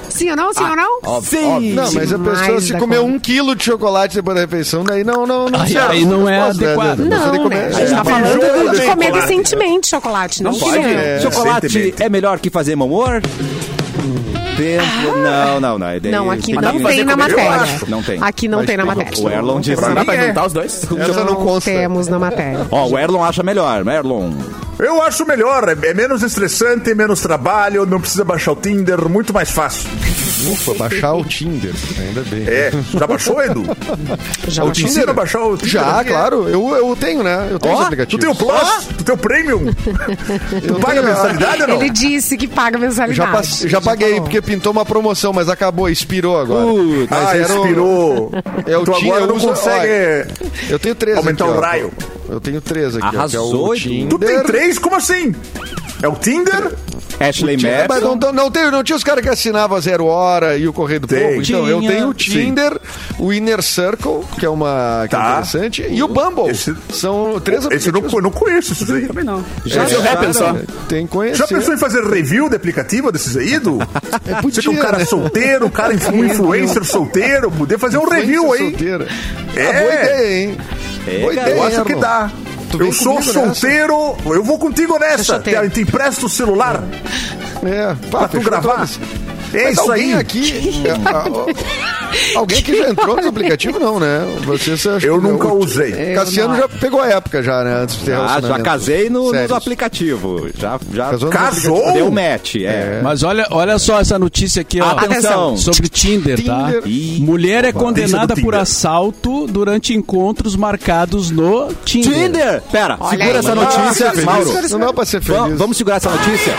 E: Sim ou não? Sim ou não?
H: Ah,
A: Sim.
D: Não, mas a
E: Demais né,
D: pessoa se
E: da
D: comer
E: conta.
D: um quilo de chocolate depois da refeição, daí não, não, não.
G: Aí-
D: serve.
G: aí não é
D: posso, né,
G: adequado.
D: né? Você tem que
E: Não, né?
D: comer-
E: A gente tá
D: É.
E: falando
H: beijou,
E: de
H: né,
E: comer
H: chocolate.
E: decentemente chocolate, não,
A: Pode.
E: comer.
D: né?
A: Chocolate
H: sentimento.
A: é melhor que fazer mau humor? Tempo? Não, não, é não.
E: Não, aqui
A: Tem
E: não
A: que-
E: tem
H: comer,
E: na
H: eu
E: matéria.
H: acho.
A: Não tem.
E: Aqui não tem na
A: O
E: matéria.
A: Erlon disse.
H: Pra
C: Dá
H: mim
C: pra
H: é.
C: juntar os dois?
D: Essa não consta.
E: temos na matéria.
A: Então, Ó, o Erlon acha melhor, né, Erlon?
H: Eu acho melhor, é é menos estressante, menos trabalho, não precisa baixar o Tinder, muito mais fácil.
D: Ufa, baixar o Tinder, ainda bem.
H: É, já baixou, Edu?
E: Já
H: o
E: baixou.
H: Tinder a baixar o Tinder?
D: Já, claro, eu, eu tenho, né? Eu tenho os
H: Tu
D: aplicativos.
H: tem o Plus? Tu tem o Premium?
D: Eu
H: Tu paga
D: tenho,
H: mensalidade ou não?
E: Ele disse que paga
D: ah,
E: mensalidade.
D: Já, pas- já paguei,
E: falou.
D: porque pintou uma promoção, mas acabou, expirou agora.
A: Putz.
D: mas
H: Ah,
D: era o-
H: expirou.
D: É o
H: tu
D: Tinder,
H: agora
D: eu
H: não
D: uso-
H: consegue...
D: Eu tenho três
H: Aumentar
D: aqui,
H: o
D: ó.
H: raio.
D: Eu tenho três aqui,
A: Arrasou,
D: ó, que é o
A: Edu.
D: Tinder.
H: Tu tem três? Como assim? É o Tinder?
A: Ashley
D: É, mas não,
A: Madison.
D: não, não, tem, não tinha os caras que assinavam Zero Hora e o Correio do
H: Tem.
D: Povo? Então, eu
G: Tinha.
D: tenho o Tinder, o Inner Circle, que é uma que é
H: Tá.
D: interessante, e o Bumble.
H: Esse-
D: São três
H: Esse eu não, eu não conheço isso aí.
C: Já se é o rapper só.
D: Tem que conhecer.
H: Já pensou em fazer review de aplicativo desses aí, Edu? Você que é um
D: podia,
H: cara
D: né?
H: solteiro, um cara influ- um influencer solteiro, poder fazer um review aí.
D: Solteira.
H: É.
D: Ah, boa ideia, hein?
A: É,
D: boa ideia,
H: Eu acho que
D: Erlon.
H: dá.
D: Tu
H: eu
D: vem
H: sou
D: comigo nessa?
H: solteiro, eu vou contigo nessa.
A: é
E: solteiro.
H: Te, te empresto o celular.
D: É, pá,
H: Pra tu
D: fechou
H: gravar?
D: todas. Mas
H: É isso
D: alguém
H: aí.
D: aqui. é, a- a- alguém aqui já entrou nos aplicativos, não, né? Você, você acha
H: Eu
D: que-
H: nunca
D: o-
H: usei.
D: Cassiano já pegou a época, já, né? Antes de ter
A: Ah, já
D: relacionamento.
A: casei no, nos
D: Sérios.
A: aplicativos. Já, já
D: Casou nos
H: Casou?
A: tipo, deu match, é.
G: Mas olha, olha só essa notícia aqui, ó.
A: Atenção.
G: Sobre Tinder, tá?
D: Tinder.
A: Ih,
G: Mulher é condenada
H: do
G: por
H: Tinder.
G: assalto durante encontros marcados no Tinder.
A: Tinder! Pera,
E: Olha
A: segura
E: aí.
A: essa
D: Não dá pra ser
A: notícia,
D: feliz.
A: Mauro.
D: Não dá pra ser
A: Va-
D: feliz.
A: Vamos segurar essa notícia?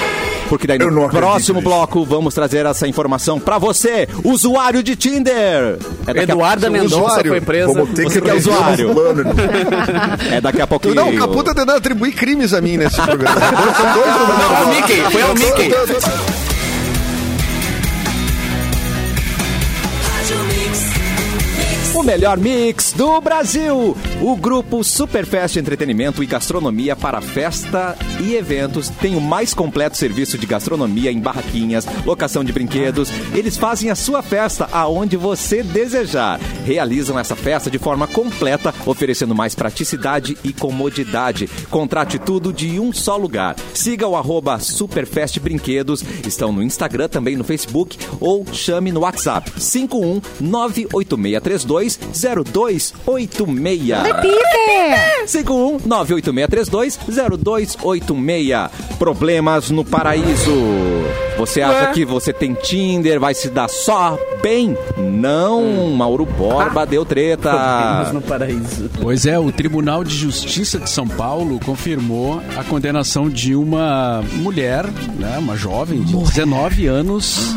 A: Porque daí
H: Eu não
A: no
H: acredito
A: próximo
H: nisso.
A: bloco vamos trazer essa informação pra você, usuário de Tinder. É daqui a-
C: Eduarda Mendonça
D: usuário.
C: foi presa.
H: Vamos ter
A: Você
H: que
A: que é
H: rever
A: usuário.
H: o plano.
A: É daqui a pouquinho.
D: Não, o Capu tá tentando atribuir crimes a mim nesse programa. São dois no
C: Foi
D: programa.
C: o Mickey, foi o Mickey.
A: O melhor mix do Brasil! O grupo Superfest Entretenimento e Gastronomia para festa e eventos tem o mais completo serviço de gastronomia em barraquinhas, locação de brinquedos. Eles fazem a sua festa aonde você desejar. Realizam essa festa de forma completa, oferecendo mais praticidade e comodidade. Contrate tudo de um só lugar. Siga o arroba Superfest Brinquedos. Estão no Instagram, também no Facebook ou chame no WhatsApp 51 98632 0286.
E: Peter!
A: 51 98632 0286. Problemas no paraíso. Você acha que você tem Tinder, vai se dar só bem? Não, Mauro Borba deu treta.
C: Problemas
G: tá
C: no paraíso.
G: Pois é, o Tribunal de Justiça de São Paulo confirmou a condenação de uma mulher, né, uma jovem de 19 anos.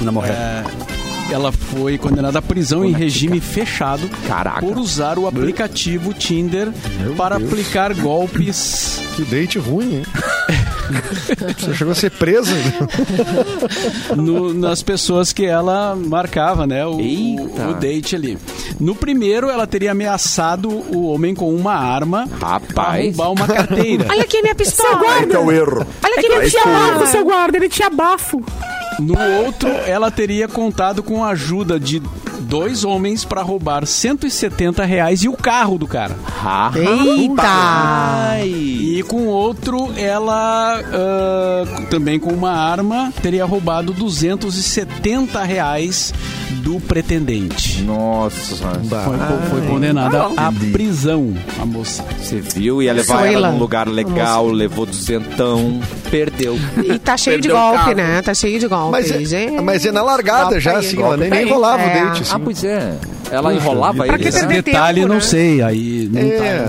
C: Na morrer.
G: É, ela foi condenada à prisão em regime fechado
A: Caraca.
G: por usar o aplicativo Tinder para aplicar golpes.
D: Que date ruim, hein? Você chegou a ser presa.
G: no- nas pessoas que ela marcava, né? O,
A: Eita.
G: o date ali. No primeiro, ela teria ameaçado o homem com uma arma para
A: Rapaz.
G: roubar uma carteira.
E: Olha aqui minha pistola!
H: Aí que é o erro. é
E: Olha aqui minha pistola! seu guarda, ele te abafa!
G: No outro, ela teria contado com a ajuda de dois homens para roubar R$ 170 reais e o carro do cara.
C: Ah,
E: Eita!
A: Ai.
G: E com outro, ela ah, também com uma arma teria roubado 270 reais do pretendente.
A: Nossa,
G: Foi, foi condenada à prisão, a moça.
A: você viu? Ia levar
E: Soila.
A: ela num lugar legal, levou duzentão, perdeu.
E: E tá cheio de
C: Perdeu o
E: golpe,
C: carro.
E: né? Tá cheio de golpe.
D: Mas é,
E: gente.
D: mas é na largada
E: Golpe
D: já,
E: aí.
D: assim, ela nem, nem
E: aí.
D: rolava
E: É.
D: o date.
A: Ah,
D: Assim.
A: pois é. Ela enrolava
E: Pra que
A: ele.
G: Esse
A: né?
E: perder
G: detalhe
E: tempo,
G: não
E: né?
G: sei, aí não
D: É.
G: tá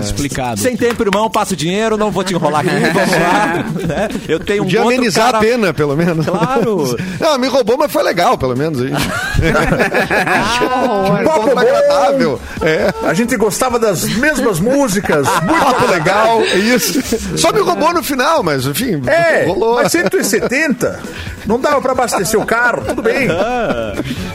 G: explicado.
A: Sem tempo, irmão, passa o dinheiro, não vou te enrolar aqui. Vamos lá. né? Eu tenho um
D: Podia
A: outro
D: amenizar
A: cara...
D: a pena, pelo menos.
A: Claro.
D: Não, me roubou, mas foi legal, pelo menos. Aí.
E: Ah, horror.
D: Papo
H: bom.
D: agradável. É,
H: A gente gostava das mesmas músicas. Muito
D: papo
H: legal.
D: legal. é Isso. Só me roubou no final, mas enfim,
H: É,
D: rolou.
H: mas 170 não dava pra abastecer o carro, tudo bem.
C: Ah.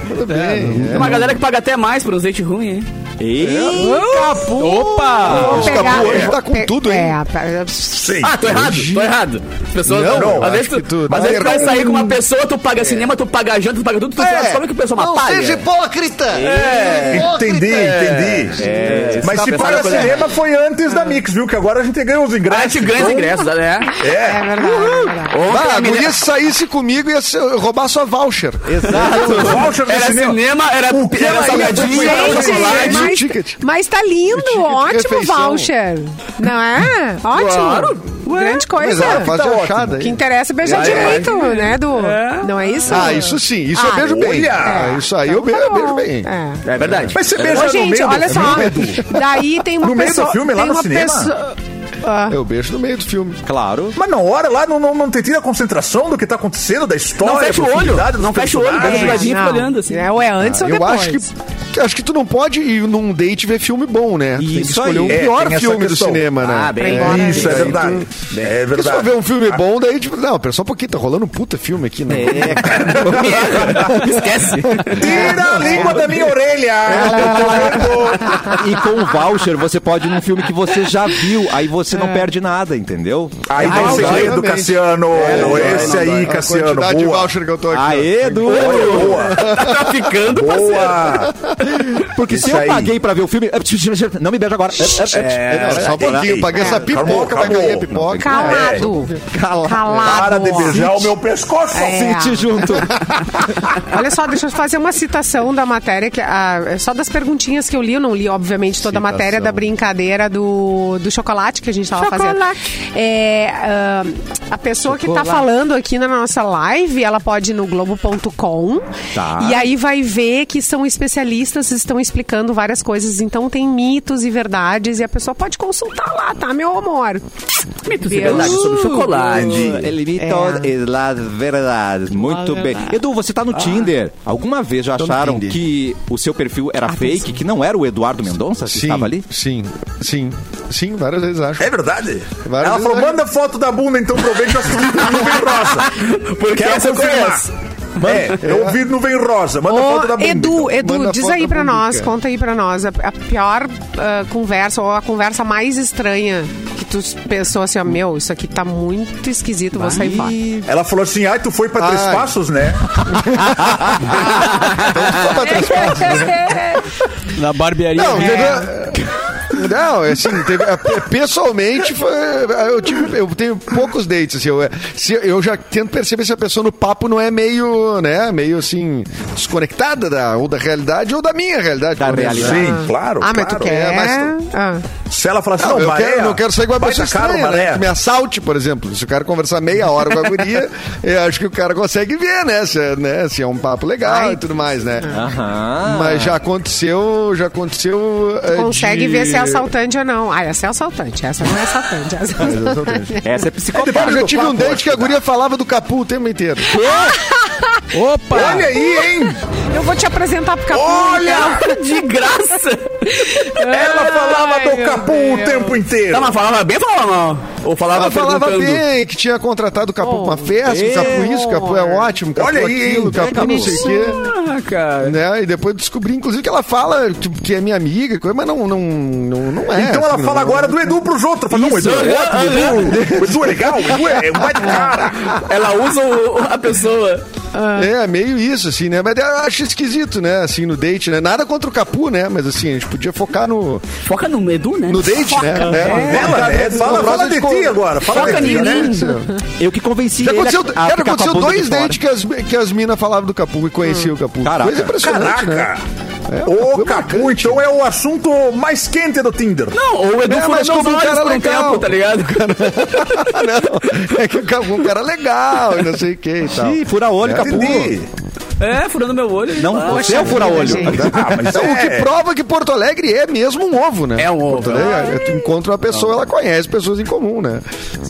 D: Tudo bem.
C: É,
D: né?
C: Tem uma galera que paga até mais por um date ruim, hein?
A: Eita,
D: Ah,
G: Opa!
E: Vou pegar-
D: Capu hoje tá com
E: Pe-
D: tudo, hein?
E: É, pra-
H: Sim.
C: Ah, tô errado, tô errado. As pessoas.
D: Não, não,
C: às
D: acho
C: vezes tu,
D: que tu-
C: às
D: tá
C: vezes tu vai
D: errado.
C: sair com uma pessoa, tu paga cinema, tu paga janta, tu paga tudo, tu
D: É.
C: descobre que o pessoal é uma palha.
D: hipócrita!
C: É.
D: É.
H: Entendi, entendi. Mas
C: Tá
H: se
C: é, pensando
H: paga
C: na coisa
H: cinema foi antes da Mix, viu? Que agora a gente ganha os
C: A
H: ingressos.
C: gente ganha os
H: Então,
C: ingressos, né?
H: É.
E: É verdade, é verdade.
C: Ontem
D: Ah,
C: a
D: a
C: menina-
D: guria saísse comigo e ia se- roubar sua voucher.
H: O voucher do
C: Era
H: cinema.
C: cinema, era,
H: O que
C: era
H: ela ia
C: salgadinho,
H: dizer,
C: era
D: é
H: gente?
C: chocolate.
D: o
E: mas,
D: ticket.
E: mas tá lindo,
D: ticket de
E: ótimo
D: refeição.
E: voucher. Não é? Ótimo.
C: Claro.
E: Grande
D: É. Mas ela
E: coisa.
D: faz
H: Tá ótimo.
D: a achada.
E: O que
D: aí.
E: interessa é beijar direito, né, Du? Não é isso?
D: Ah, isso sim. Isso eu
E: Ah,
D: beijo bem.
H: olha.
D: Ah, isso aí eu
E: Então
D: be-
E: tá
D: eu beijo
E: bom.
D: bem.
E: É.
C: É verdade.
H: Mas você
E: Ô,
H: beija no
E: gente,
H: meio do
E: olha
H: filme,
E: só.
H: né, Edu?
E: Daí tem uma
H: No meio do
E: pessoa.
H: filme, lá
E: tem
H: no
E: uma
H: cinema?
E: pessoa- Ah,
D: Eu é beijo no meio do filme.
A: Claro.
H: Mas na hora lá não, não, não tem tira a concentração do que tá acontecendo, da história.
C: Não fecha
H: da
C: o olho,
H: profundidade dos
C: não fecha o olho,
H: personagens.
C: beijo
E: É,
C: Jogadinho fica
E: não.
C: olhando assim.
E: É, ou é antes ou
D: Ah, eu
E: depois.
D: acho que, acho que tu não pode ir num date ver filme bom, né? Tu tem que
A: Isso
D: escolher
A: aí.
D: o
H: É,
D: pior
H: tem essa
D: filme do
H: questão.
D: cinema, né?
C: Ah, bem.
E: embora,
H: Isso, é
D: né?
H: verdade. É
D: Porque se for
H: verdade.
D: ver um filme bom, daí tipo, não, pera só um pouquinho, tá rolando um puta filme aqui, né?
H: É,
C: Esquece.
H: Tira a língua da minha orelha!
A: E com o voucher você pode ir num filme que você já viu, aí você você não perde nada, entendeu?
H: Aí tem um segredo,
D: exatamente.
H: Cassiano. Esse aí,
D: A
H: Cassiano.
D: quantidade de
H: Boa.
D: voucher que eu tô aqui. ó.
A: Aê, Edu!
C: Tá ficando,
H: Boa.
A: Porque se
H: Isso
A: eu
H: aí.
A: paguei pra ver o filme. Não me beija agora.
D: É, só um pouquinho.
H: Ei,
D: Paguei essa
H: é, acabou,
D: pipoca, vai
H: acabou.
D: ganhar pipoca. É,
E: Calado.
A: Cala-
E: Calado.
H: Para de beijar o meu pescoço.
E: É.
A: Sente junto.
E: Olha só, deixa eu fazer uma citação da matéria, que a- é só das perguntinhas que eu li, eu não li, obviamente, toda a matéria da brincadeira do, do chocolate que a gente estava fazendo. É, ah, a pessoa que está falando aqui na nossa live, ela pode ir no globo.com
A: Tá.
E: e
C: Ah.
E: aí vai ver que são especialistas, estão explicando várias coisas, então tem mitos e verdades e a pessoa pode consultar lá, tá, meu amor?
C: Mitos e verdades sobre chocolate.
A: Ele me
H: É.
A: as verdades. é Muito bem. Edu, você
H: Ah.
A: tá no Tinder. Alguma vez já acharam
D: Tinder.
A: que o seu perfil era
H: Ah,
A: fake, que não era o Eduardo Mendonça que
D: Sim,
A: estava ali?
D: sim, sim, sim, várias vezes acho.
H: É verdade?
D: Várias
H: Ela falou,
D: vezes.
H: manda foto da bunda, então pra eu ver que eu subi no nuvem rosa.
C: Porque
H: Quero
C: essa eu
H: confirmar.
C: conheço.
H: É, eu vi nuvem rosa, manda
E: Ô,
H: foto da bunda.
E: Edu,
H: então.
E: Edu,
D: Manda
E: diz
D: foto
E: aí
D: da
E: pra
D: bunda,
E: nós,
D: cara.
E: conta aí pra nós a, a pior ah, conversa ou a conversa mais estranha que tu pensou assim, ó, meu, isso aqui tá muito esquisito, vou sair fora.
H: Ela falou assim, ai, tu foi pra Três
D: Ai.
H: Passos, né?
D: Só pra trás.
G: Na barbearia. É.
D: Não, teve- Não, assim, teve- pessoalmente, foi- é, eu, tive- eu tenho poucos dates. Assim, eu, se- eu já tento perceber se a pessoa no papo não é meio, né, meio assim, desconectada da, ou da realidade ou da minha realidade.
A: Da
D: pelo menos.
A: realidade.
H: Sim, claro.
E: ah, mas
H: claro.
E: tu quer?
D: é, mas
E: Ah.
H: Se ela falar assim,
D: Não,
H: não,
D: eu
H: Maré,
D: quero, não quero sair igual a
H: vai
D: pessoa
H: tá caro,
D: estranha, né?
H: Maré.
D: Que me assalte, por exemplo. Se o cara conversar meia hora com a guria, eu acho que o cara consegue ver, né? Se, é- né? se é um papo legal
E: Ai.
D: e tudo mais, né?
A: Aham.
D: Mas já aconteceu, já aconteceu... eh, de-
E: Consegue
D: Ah,
E: ver se é assaltante ou não. Ah, essa é assaltante, essa não é assaltante. Essa...
A: Essa é psicopata.
D: Cara, eu já tive um date que a guria falava do Capu o tempo inteiro.
G: Opa!
H: Olha aí, hein?
E: Eu vou te apresentar pro Capu.
H: Olha!
C: De graça.
H: Ela falava
E: Ai,
H: do
E: meu
H: Capu o tempo inteiro.
C: Tá, mas falava bem ou falava mal? Oh, Ou falava,
D: Ela falava
C: perguntando?
D: bem que tinha contratado o Capu pra uma festa, o Capu isso, o Capu é ótimo, o Capu
H: Olha aí,
D: aquilo,
H: hein?
D: o Capu não sei o quê.
C: Ah, Tá cara.
D: Né? E depois descobri, inclusive, que ela fala tipo, que é minha amiga, coisa, mas não, não, não, não é.
H: Então ela
D: assim,
H: fala
D: não-
H: agora do Edu pros outros. Fala, não, o Edu é ótimo, o Edu, o Edu é legal, o Edu é um baita cara.
C: Ela usa o- a pessoa.
D: É, meio isso, assim, né? Mas eu acho esquisito, né? Assim, no date, né? Nada contra o Capu, né? Mas assim, a gente podia focar no,
C: Foca no Edu, né?
D: no date, né? É.
H: Ela, né? Fala, fala de ti agora. Fala
C: Foca
H: de ti,
C: em
H: né?
C: mim.
A: Eu que convenci
D: Já
A: ele
D: aconteceu,
A: a, a
D: cara,
A: ficar com a
D: aconteceu
A: bunda de
D: dois
A: fora.
D: dates que as, que as minas falavam do Capu e conheciam o Capu.
A: Caraca.
D: Coisa impressionante, né?
H: Caraca.
D: É,
H: Ô,
D: foi
H: Capu,
D: marcante.
H: então é o assunto mais quente do Tinder.
C: Não, ou o Edu
D: É,
C: foi
D: mas
C: meus
D: como um
C: olhos
D: cara
C: por um
D: legal.
C: tempo, tá ligado?
D: Não, é que o Capu é um cara legal e não sei o que e tal.
A: Ih, fura olho, Capu.
H: Entendi.
C: É, furando meu olho.
A: Não, você é o fura-olho.
H: Ah, mas
D: Então, o que
H: é...
D: prova que Porto Alegre é mesmo um ovo, né?
C: É um ovo.
D: Porto Alegre, tu encontra uma pessoa, ela conhece pessoas em comum, né?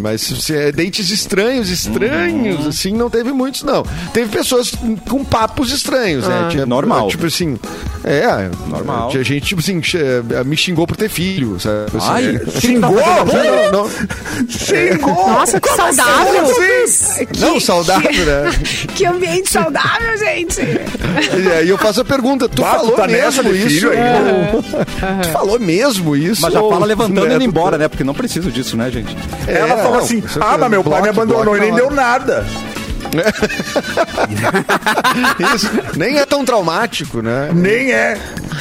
D: Mas se- se é dentes estranhos,
A: Hum.
D: estranhos, assim, não teve muitos, não. Teve pessoas com papos estranhos, né? Tinha-
A: Ah. Normal.
D: Tipo assim, é,
A: Normal.
D: Tinha gente, tipo assim, che- me xingou por ter filho, sabe? Assim,
A: Ai,
D: é-
H: Xingou?
D: não, não,
H: Xingou!
E: Nossa, que saudável! Que,
D: assim, não saudável, né?
E: que ambiente saudável, gente!
D: E aí eu faço a pergunta, tu
H: Ah, tu
D: falou
H: tá nessa
D: mesmo
H: de
D: isso?
H: filho aí. né?
E: É.
D: Tu falou mesmo isso?
A: Mas já
D: ou-
A: fala levantando e indo
D: né?
A: embora, né? Porque não preciso disso, né, gente?
H: Ela
D: É,
H: falou
D: não,
H: assim,
D: com certeza.
H: ah, mas meu pai
D: Bloque,
H: me abandonou
D: bloque
H: e nem
D: na
H: deu
D: hora."
H: nada.
D: Isso. Nem é tão traumático, né?
H: Nem é.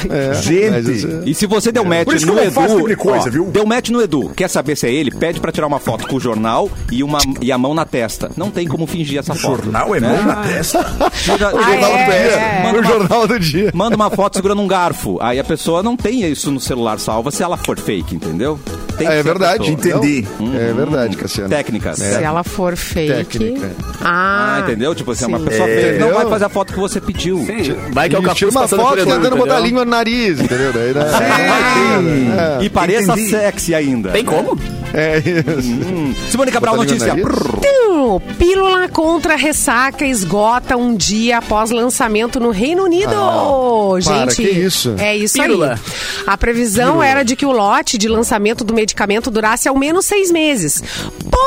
D: É, mas
H: Gente,
D: isso-
A: E se você deu match
H: Por isso que
A: no
H: eu não
A: Edu,
H: faço tipo de coisa,
A: ó,
H: viu?
A: deu match no Edu, quer saber se é ele? Pede pra tirar uma foto com o jornal e uma e a mão na testa. Não tem como fingir essa foto. Né?
H: jornal é mão na testa.
A: Tira-
E: Ah,
D: Jornal do
E: é,
D: dia.
E: é.
D: O jornal do dia.
A: Manda uma foto segurando um garfo. Aí a pessoa não tem isso no celular salva se ela for fake, entendeu? Tem que
D: É
A: ser
D: verdade.
A: pessoa. Uhum.
H: Entendi.
D: Não? É verdade, Cassiano. É.
A: Técnicas.
E: Se ela for fake.
D: Técnica.
E: Ah,
A: Ah, entendeu? Tipo assim, uma
E: sim.
A: pessoa fake não
D: É. Entendeu?
A: vai fazer a foto que você pediu.
C: Vai que é o
D: E
C: capuz
D: Tira uma
C: passando por
D: foto
C: Edu,
D: tentando botar a
C: entendeu?
D: língua no nariz, entendeu? Daí, né?
A: E pareça
H: Entendi.
A: sexy ainda. Hum.
C: Tem como?
D: É isso.
A: Simone Cabral,
D: Botar a língua
A: notícia.
D: no nariz?
A: Prrr.
E: Outro, Então, pílula contra ressaca esgota um dia após lançamento no Reino Unido.
D: Ah, para,
E: Gente,
D: que isso?
E: é isso
C: Pílula.
E: aí. A previsão era de que o lote de lançamento do medicamento durasse ao menos seis meses.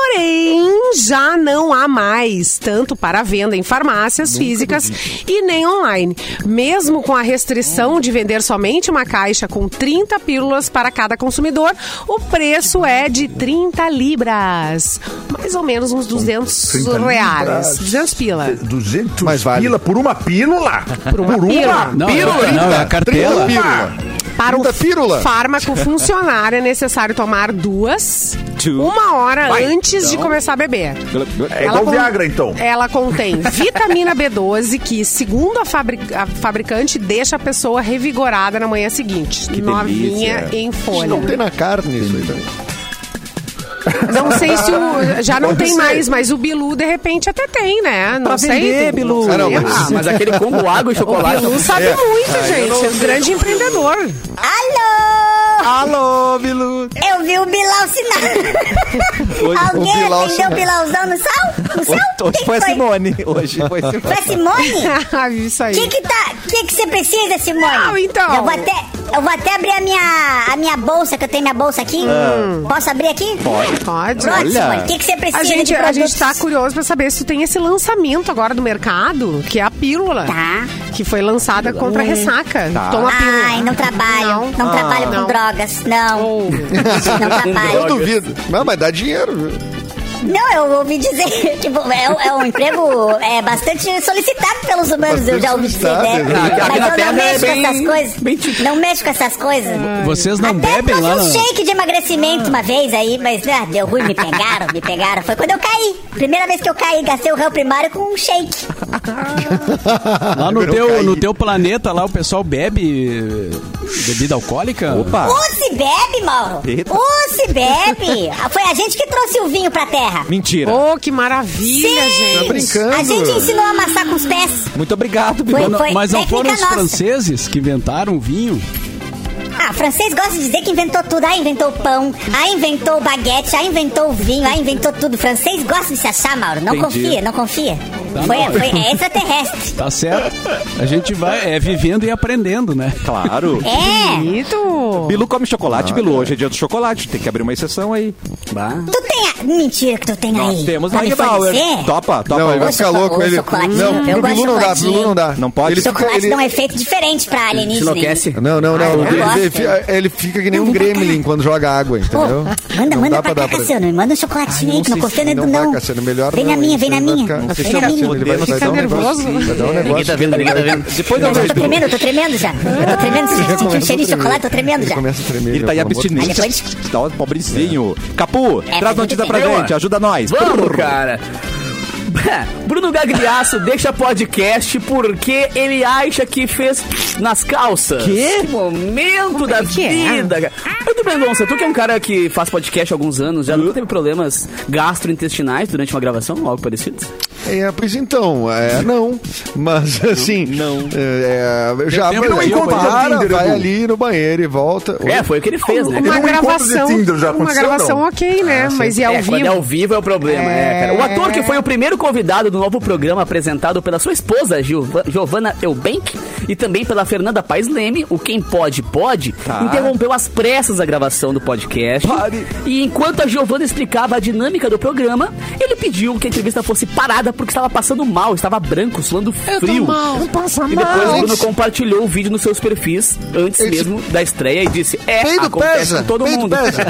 E: Porém, já não há mais, tanto para venda em farmácias físicas e nem online. Mesmo com a restrição de vender somente uma caixa com 30 pílulas para cada consumidor, o preço é de 30 libras. Mais ou menos uns 200 reais. 200 pilas.
H: 200
D: Mas vale.
H: pila por uma pílula? Por uma
E: pílula.
G: Não, é, não, é a cartela.
D: Pílula.
E: Para o
D: Muita pílula.
E: fármaco funcionar é necessário tomar duas,
A: Tu-
E: uma hora antes de começar a beber.
H: É igual
E: con-
H: Viagra, então.
E: Ela contém vitamina B12, que, segundo a, fabri- a fabricante, deixa a pessoa revigorada na manhã seguinte. novinha
A: delícia.
E: em
D: Isso
E: folha.
D: não tem na carne isso aí né? também.
E: Não sei se o. Já não
H: Pode
E: tem
H: ser.
E: mais, mas o Bilu, de repente, até tem, né? Não
A: Pra
E: sei.
A: vender, Bilu.
E: Não,
D: Ah, não,
E: sei
D: mas-
E: lá.
C: Ah, mas aquele combo água e chocolate.
E: Bilu sabe muito, gente. É um grande empreendedor.
J: Alô!
A: Alô, Bilu.
J: Eu vi o Bilal sinal.
A: Hoje-
J: Alguém
D: o Bilal
J: atendeu o Bilalzão no sal? No céu?
A: Hoje
J: Quem
A: foi a
J: foi?
A: Simone. Hoje foi a Simone.
J: Foi a Simone?
E: Isso aí.
J: O que que tá? O que que você precisa, Simone?
E: Não, então.
J: Eu vou até, eu vou até abrir a minha, a minha bolsa, que eu tenho minha bolsa aqui. Posso abrir aqui? Pode.
E: Pode.
J: Pronto,
A: Olha.
J: Simone. O que que você precisa
E: A gente,
J: de
E: a gente
J: produtos?
E: tá curioso pra saber se tem esse lançamento agora do mercado, que é a pílula.
J: Tá. Ah.
E: Que foi lançada contra a ressaca.
A: Tá.
E: Toma a pílula.
J: Ai, não trabalho. Não,
E: Não.
J: trabalho
E: Não. Oh.
J: com drogas, não.
E: Ou-
J: Não
D: Eu
J: trabalho.
D: duvido. Não, mas dá dinheiro. viu?
J: Não, eu ouvi dizer, tipo, é, um- é um emprego é, bastante solicitado pelos humanos, eu já ouvi dizer, né?
D: solicitado, né?
C: Aqui na
J: Mas eu
C: Terra
J: não mexo
C: é
J: com essas
C: bem-
J: coisas. Não mexo com essas coisas.
G: Vocês não
J: Até
G: bebem
J: trouxe
G: lá
J: um
G: na...
J: shake de emagrecimento uma vez aí, mas ah, deu ruim, me pegaram, me pegaram. Foi quando eu caí. Primeira vez que eu caí, gastei o réu primário com um shake.
G: Lá no
D: Eu
G: teu,
D: caí.
G: no teu planeta, lá o pessoal bebe eh, bebida alcoólica?
A: Opa.
J: Ou se bebe, Mauro!
A: Eita.
J: Ou se bebe! Ah, Foi a gente que trouxe o vinho pra terra.
A: Mentira.
E: Oh, que maravilha, gente.
D: brincando.
J: A gente ensinou a amassar com os pés.
A: Muito obrigado, Bilu.
J: Foi,
G: Não,
J: foi
G: Mas não foram
J: técnica
G: os
J: nossa.
G: franceses que inventaram o vinho?
J: Ah, francês gosta de dizer que inventou tudo. Ah, inventou o pão, ah, inventou o baguete, ah, inventou o vinho, ah, inventou tudo. Francês gosta de se achar, Mauro. Não
A: Entendi.
J: confia, não confia.
G: Tá
J: Foi,
G: bom.
J: foi é extraterrestre.
G: Tá certo? A gente vai é, vivendo e aprendendo, né?
A: Claro.
J: É.
E: Bonito.
A: Bilu come chocolate,
D: Ah,
A: Bilu. Hoje é dia do chocolate. Tem que abrir uma exceção aí.
J: Tu tem a... Mentira que tu tem
A: Nós
J: aí.
A: temos
J: Pra me
A: Magdauer.
J: fornecer?
A: Topa, topa.
D: Não, ele vai
J: Ô,
D: ficar
J: choco-
D: louco.
J: ô,
D: Ele...
J: chocolatinho.
D: Não, tá
J: Eu
D: pro
J: gosto
D: Bilu
J: de
D: não dá, pro
J: chocolatinho.
D: Bilu não dá.
A: Não pode.
D: Ele fica,
J: Chocolate
D: ele...
J: dá um efeito diferente pra alienígena.
C: Enlouquece.
D: Não, não,
J: Ah, eu
D: não. ele,
J: gosto,
D: ele
J: hein?
D: fica, ele fica que nem um gremlin quando joga água,
J: Pô,
D: entendeu?
J: manda,
D: Não
J: manda
D: dá
J: pra
D: dar
J: cá, Cassiano. Manda um chocolatinho aí, que não
D: sei
J: confia
D: se-
J: nem tu,
D: não vai,
J: não.
D: Cassiano, melhor
J: Vem
D: não,
J: na minha,
D: hein?
J: vem na
D: Vai
J: minha.
D: ficar-
J: Vem na minha.
D: Ele vai, vai
E: Fica
D: dar um
E: nervoso.
D: negócio. Vai dar um
C: Ninguém tá
D: negócio.
C: vendo, ninguém tá vendo.
A: Depois eu
J: Eu tô
A: vejo, Bilu.
J: tremendo, eu tô tremendo já. Eu tô tremendo, se eu sentir o cheirinho de chocolate, eu tô tremendo
D: Ele
J: já.
D: começa a tremer.
A: Ele
D: já,
A: tá em
D: pelo amor de Deus.
A: abstinência.
J: Aí depois-
A: Tá pobrezinho. Capu,
J: É,
A: traz
J: faz
A: notíza
J: muito
A: pra
C: bem.
A: gente. Ajuda nós.
C: Vamos,
A: Brrr.
C: cara. então, Bruno Gagliasso deixa podcast porque ele acha que fez nas calças.
A: Quê?
C: Que momento da
E: que é?
C: vida, cara. Muito bem, Gonça, tu que é um cara que faz podcast há alguns anos, já nunca teve problemas gastrointestinais durante uma gravação, algo parecido?
D: É, pois então, é, não. Mas assim.
A: não.
D: É, eu já
G: tempo
D: mas
G: não
D: ele
G: encontra
D: para,
H: no Tinder,
D: vai
H: Edu.
D: ali no banheiro e volta.
C: É, foi o que ele fez, né?
H: Ele
E: Uma
H: não
E: gravação.
H: encontra de Tinder, já
E: uma
H: aconteceu,
E: gravação
H: não?
E: ok, né? Mas e ao
C: é, quando é ao
E: vivo?
C: vivo é o problema, é, cara. O ator que foi o primeiro convidado do novo programa apresentado pela sua esposa, Giova- Giovanna Eubank, e também pela Fernanda Paes Leme, o Quem Pode Pode, interrompeu às pressas a gravação do podcast.
A: Pare.
C: E enquanto a Giovanna explicava a dinâmica do programa, ele pediu que a entrevista fosse parada porque estava passando mal, estava branco, suando frio. E depois o Bruno compartilhou o vídeo nos seus perfis antes
D: Esse-
C: mesmo da estreia e disse: É,
D: Peido
C: acontece
D: pesa,
C: com todo
D: peido
C: mundo.
D: pesa.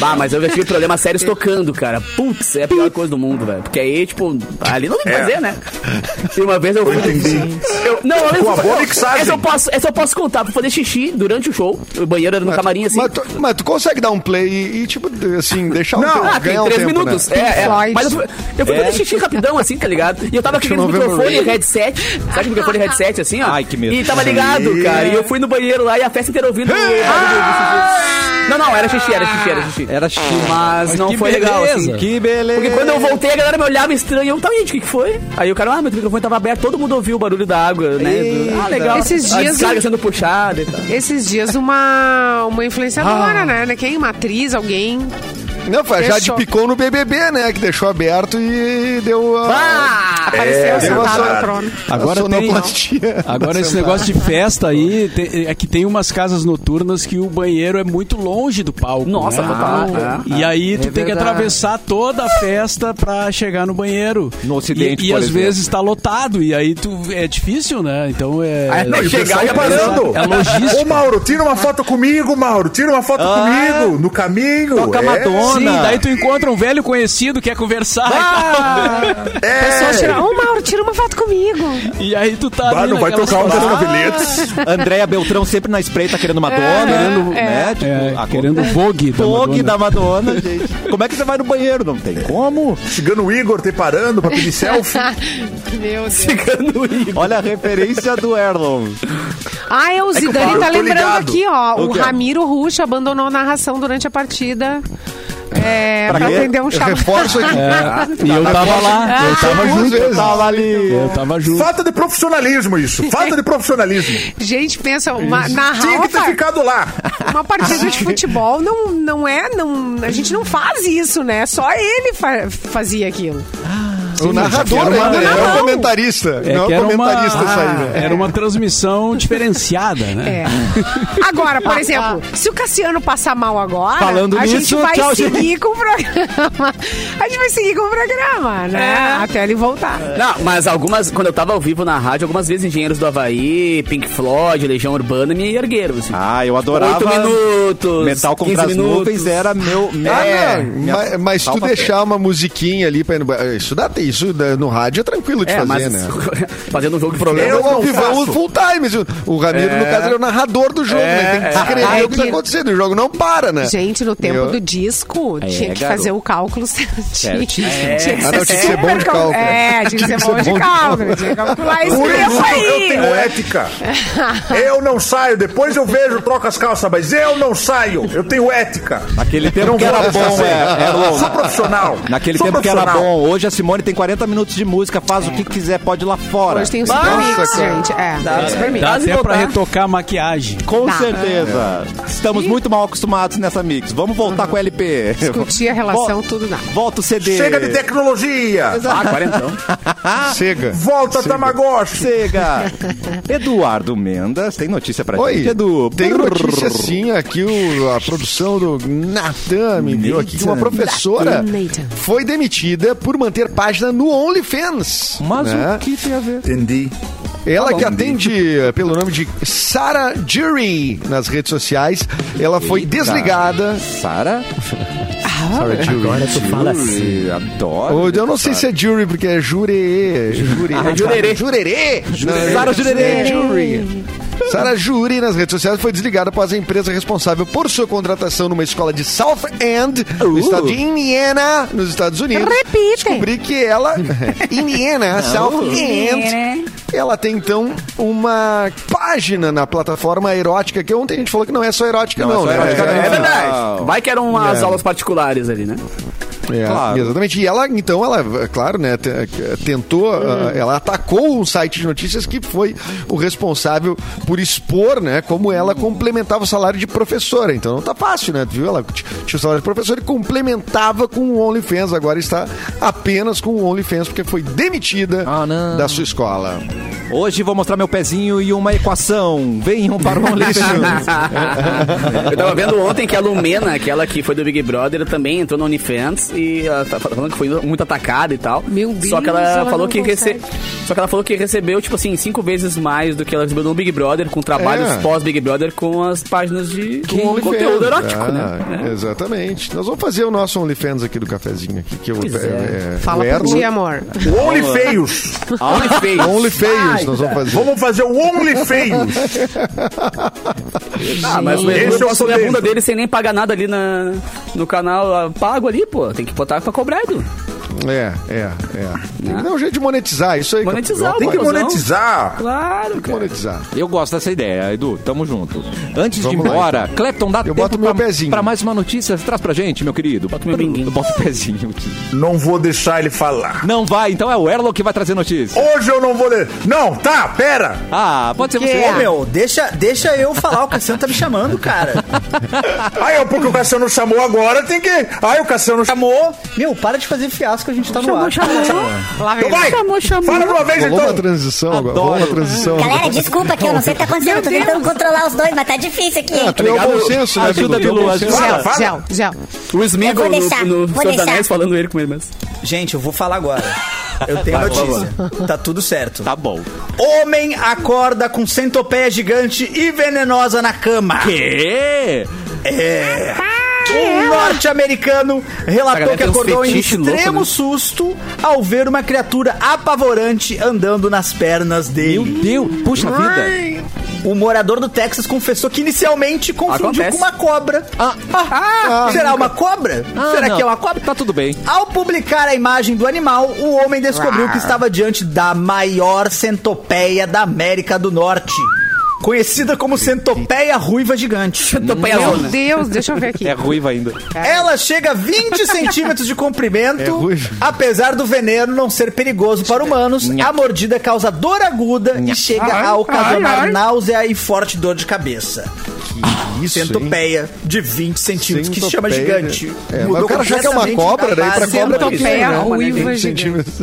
C: Ah, mas eu já tive problemas sérios tocando, cara. Putz, é a pior coisa do mundo, velho. Porque aí, tipo, ali não tem o
D: É.
C: que fazer, né? E uma vez eu fui. Eu, não, eu,
H: Com a boa mixagem.
C: essa eu posso, essa eu posso contar. Fui fazer xixi durante o show. O banheiro era no camarim, assim.
D: Mas tu, mas tu consegue dar um play e, e, tipo, assim, deixar um
C: Não,
D: tempo,
C: ah, tem
D: ganhar um
C: três
D: tempo,
C: minutos.
D: Né? É.
C: É, é.
E: Floyd.
C: Mas eu fui, eu fui fazer xixi rapidão, assim, tá ligado? E eu tava com aquele
D: November
C: microfone
D: Rain.
C: headset. Sabe o microfone headset, assim, ó?
A: Ai, que medo.
C: E tava ligado, cara. E eu fui no banheiro lá e a festa inteira ouvindo. o barulho do xixi. Não, não, era xixi, era xixi,
A: Ah.
C: era xixi.
A: Era chique.
C: Mas não
G: que
C: foi legal,
G: beleza.
C: assim.
A: Que beleza.
C: Porque quando eu voltei, a galera me olhava estranho. Eu, tá, gente, o que, que foi? Aí o cara, ah, meu microfone tava aberto, todo mundo ouviu o barulho da água, né? Do- Ah, legal.
E: Esses
C: a
E: dias
C: descarga
E: eu-
C: sendo puxada e tal.
E: Esses dias uma, uma influenciadora, né? né? Quem? Uma atriz, alguém.
D: Não, foi a Jade
E: Fechou.
D: Picon no BBB, né? Que deixou aberto e deu a...
E: Ah, apareceu
D: É, deu a
E: sentado
D: sua-
E: no trono.
D: a
G: Agora tem,
D: sonoplastia.
G: agora esse negócio de festa aí, tem- é que tem umas casas noturnas que o banheiro é muito longe do palco.
C: Nossa,
G: né?
C: total.
G: E aí tu
I: É
G: tem que
I: verdade.
G: atravessar toda a festa pra chegar no banheiro.
A: No Ocidente,
G: E, e
A: por
G: às
A: exemplo.
G: vezes tá lotado, e aí tu é difícil, né? Então é.
H: Aí não,
G: é-
H: chegar e
G: é-
H: parando.
G: É logística.
H: Ô, Mauro, tira uma foto comigo, Mauro. Tira uma foto comigo. No caminho. É?
A: Toca Madonna.
G: Sim, daí tu encontra um velho conhecido que quer conversar.
E: A pessoa tira, ô Mauro, tira uma foto comigo.
G: E aí tu tá
H: Ah,
G: ali
H: não vai
G: naquela
H: tocar um dos
G: situação.
H: cabinetes.
G: Ah!
A: Andréia Beltrão sempre na espreita querendo Madonna,
J: É,
A: querendo, né? Tipo,
G: É,
A: a-
G: querendo o Vogue da
A: Vogue
G: Madonna.
A: da Madonna, gente. Como é que você vai no banheiro? Não tem como.
H: Chegando o Igor, te parando pra
E: É.
H: pedir selfie.
E: Meu Deus.
A: Olha a referência do Erlon.
E: Ah, é, o Zidane
H: eu
E: tá
H: tô
E: lembrando
H: ligado. é?
E: aqui, ó. O,
A: O quê?
E: Ramiro Russo abandonou a narração durante a partida. É, pra
A: quê?
E: atender um Ah, chamado.
D: Reforço aqui.
G: É, e eu
H: Tá
G: tava lá,
H: Ah,
G: eu tava junto.
A: Eu tava ali.
G: Eu tava junto.
H: Falta de profissionalismo isso. Falta de profissionalismo.
E: Gente, pensa, uma, narrar
H: Tinha
E: uma,
H: que ter
E: par-
H: ficado lá.
E: uma partida de futebol não, não é. Não, a gente não faz isso, né? Só ele fa- fazia aquilo.
D: O narrador
G: era uma-
D: ainda, né?
E: era
D: Não é
E: uma-
D: o comentarista.
G: É
D: Não
G: que
D: é o
G: era uma, Ah,
D: comentarista isso aí, né?
G: era uma transmissão diferenciada, né?
E: É. Agora, por exemplo, se o Cassiano passar mal agora,
A: Falando
E: a gente
A: nisso,
E: vai
A: tchau,
E: seguir com o programa. A gente vai seguir com o programa, né?
H: É.
E: Até ele voltar.
C: Não, mas algumas, quando eu tava ao vivo na rádio, algumas vezes Engenheiros do Havaí, Pink Floyd, Legião Urbana me ergueram. Assim.
A: Ah, eu adorava.
C: 8 minutos.
A: Metal contra
C: 15
A: as
C: minutos.
A: nuvens era meu. meu
D: Ah,
A: é,
D: não,
A: minha
D: mas, mas tu
A: salva-
D: deixar uma musiquinha ali pra ir no ba- eh, Isso dá, isso dá- no rádio é tranquilo de
C: É,
D: fazer,
C: mas
D: né?
C: fazendo um jogo de
D: Eu,
C: problema.
H: Eu não
D: não vivão
H: faço.
D: full time. O Ramiro, no caso, ele é o narrador do jogo, né? Tem que descrever
E: é.
D: o que tá
E: Ai, que-
D: acontecendo. O jogo não para, né?
E: Gente, no tempo
D: Eu-
E: do disco, tinha que
A: garoto.
E: fazer o cálculo certinho. Tinha
D: Ah, não, tinha que ser bom de
E: cal-
D: cálculo.
E: É, tinha que ser bom de cálculo. Tinha que calcular isso
H: Por isso eu
E: aí.
H: tenho ética. Eu não saio. Depois eu vejo, troco as calças, mas eu não saio. Eu tenho ética.
A: Naquele tempo que
H: vou
A: era um bom,
H: desfazer.
A: é,
H: Sou
A: Erlon.
H: profissional.
A: Naquele
H: Sou
A: tempo que era
H: profissional.
A: bom. Hoje a Simone tem 40 minutos de música, faz o que quiser, pode ir lá fora.
E: Hoje tem o Super Mix, gente. É, tem o Super Mix.
G: Dá até pra retocar a maquiagem.
A: Com
E: Tá.
A: certeza. Estamos muito mal acostumados nessa mix. Vamos voltar com o LP.
E: Discutir a relação,
A: Vol-
E: tudo dá.
A: Volta o CD.
H: Chega de tecnologia.
C: Ah, quarentão.
D: Cega.
H: Volta, Tamagotchi.
A: Chega. Eduardo Mendas, tem notícia pra
D: Oi,
A: gente, Edu?
D: tem
A: Brrr.
D: notícia sim aqui, o- a produção do Natan me enviou aqui que uma professora
E: Nathan.
D: foi demitida por manter página no OnlyFans.
A: Mas
D: né?
A: o que tem a ver?
H: Entendi.
D: Ela que atende pelo nome de Sarah Jury nas redes sociais, ela foi desligada.
A: Sara?
D: Sarah Jury.
C: Fala assim.
A: Ih, Adoro.
D: Ou Eu não sei se é Jury, porque é Jurerê. Jurerê. Ah,
C: jurerê.
D: Jurerê.
A: Sara Jurerê.
D: Jury. Sarah Jury nas redes sociais foi desligada após a empresa responsável por sua contratação numa escola de South End, no
A: Uh.
D: estado de Indiana, nos Estados Unidos.
E: Repite.
D: Descobri que ela, Indiana, South End, ela tem então uma página na plataforma erótica, que ontem a gente falou que não é só erótica, não, né?
C: É
A: Não.
C: verdade. Vai que eram as
D: É.
C: aulas particulares ali, né?
D: É,
A: Claro.
D: Exatamente. E ela, então, ela, é claro, né, te- tentou, ah,
A: Uhum.
D: ela atacou um site de notícias que foi o responsável por expor, né, como ela
A: Uhum.
D: complementava o salário de professora. Então não tá fácil, né, tu viu? Ela t- tinha o salário de professora e complementava com o OnlyFans, agora está apenas com o OnlyFans, porque foi demitida
A: Ah, não.
D: da sua escola.
A: Hoje vou mostrar meu pezinho e uma equação. Venham para o OnlyFans.
C: Eu tava vendo ontem que a Lumena, aquela que foi do Big Brother, também entrou no OnlyFans e ela tá falando que foi muito atacada e tal.
E: Meu Deus,
C: Só que ela,
E: ela
C: falou
E: não
C: que
E: consegue.
C: rece... Só que ela falou que recebeu, tipo assim, cinco vezes mais do que ela recebeu no Big Brother, com trabalhos
D: É.
C: pós-Big Brother, com as páginas de
D: Com
C: com
D: OnlyFans.
C: conteúdo erótico,
D: Ah,
C: né? É.
D: Exatamente. Nós vamos fazer o nosso OnlyFans aqui do cafezinho aqui, que eu,
C: Pois é.
E: Fala
D: o
E: por
D: Erlo-
E: ti, amor.
H: O Only Feios.
C: OnlyFans.
D: Only feios, nós vamos fazer.
H: É Vamos fazer o Only Feios.
C: Ah, mas o
H: Esse
C: Edu
H: eu
D: é
C: passou
H: sou
C: a bunda
H: dentro.
C: dele sem nem pagar nada ali na, no canal ah, pago ali, pô. Tem que botar pra cobrar, Edu.
D: É, é, É. Tem que dar um jeito de monetizar isso aí. cara.
C: Ah. Monetizar,
D: Eu
H: Tem que
D: apoio.
H: monetizar.
C: Claro,
D: Tem que monetizar.
I: Eu gosto dessa ideia, Edu. Tamo junto. Antes
D: Vamos
I: de ir
D: lá,
I: embora,
D: então.
I: Clepton, dá
D: Eu
I: tempo
D: boto meu
I: pra,
D: pezinho.
I: pra mais uma notícia. Traz pra gente, meu querido. Bota
C: meu pinguinho.
I: Bota o pezinho aqui.
H: Não vou deixar ele falar.
I: Não vai, então é o Erlon que vai trazer notícia.
H: Hoje eu não vou ler. Não, tá, pera.
I: Ah, pode ser
E: Que
I: você.
E: é?
B: Ô, meu, deixa, deixa eu falar, o Cassiano tá me chamando, cara.
H: Aí é porque o Cassiano chamou agora, tem que. Aí o Cassiano chamou.
B: Meu, para de fazer fiasco, a gente tá no
E: Chamou,
B: ar.
E: chamou. Lá vem.
H: Então vai.
E: Chamou, chamou.
H: Fala de uma vez
D: Rolou uma
H: então.
D: transição agora. Rolou uma transição.
J: Galera, desculpa que eu não sei o que tá acontecendo. Eu tô tentando controlar os dois, mas tá difícil aqui, hein?
D: Tu é o bom senso, né,
I: Ajuda, Bilu,
D: Bilu? Então Tu é o bom
C: um
I: ajuda.
D: senso.
H: Fala, fala.
E: Zéu, Zéu.
C: O Smigol
J: Eu vou
C: no-
J: deixar,
C: no,
J: vou
C: Senhor dos
J: deixar.
C: Anéis falando ele com ele mesmo.
B: Gente, eu vou falar agora. Eu tenho notícia. Tá tudo certo.
I: Tá bom.
B: Homem acorda com centopeia gigante e venenosa na cama.
I: Quê?
B: É. Um norte-americano
C: Essa
B: relatou
C: galera
B: que
C: tem uns
B: acordou em
C: fetiche
B: extremo
C: louco, né?
B: susto ao ver uma criatura apavorante andando nas pernas
I: Meu
B: dele.
I: Deus, puxa vida.
B: O morador do Texas confessou que inicialmente confundiu
C: Acontece.
B: com uma cobra. Ah, será uma cobra?
I: Ah,
B: será
I: não.
B: que é uma cobra?
I: Tá tudo bem.
B: Ao publicar a imagem do animal, o homem descobriu
C: Ah.
B: que estava diante da maior centopeia da América do Norte. Conhecida como centopeia ruiva gigante.
E: Meu Deus, deixa eu ver aqui.
I: É ruiva ainda.
B: Ela chega a 20 centímetros de comprimento.
D: É ruivo.
B: apesar do veneno não ser perigoso para humanos, a mordida causa dor aguda e chega a ocasionar náusea e forte dor de cabeça.
D: Isso, hein?
B: Centopeia de 20 centímetros, que se chama
D: Centopeia.
B: gigante.
D: É, mas o cara achar que é uma
B: completamente
D: cobra,
B: da
D: daí pra
B: base.
D: cobra é
E: Centopeia
D: isso, né?
E: ruiva
D: 20
E: gigante.
D: centímetros.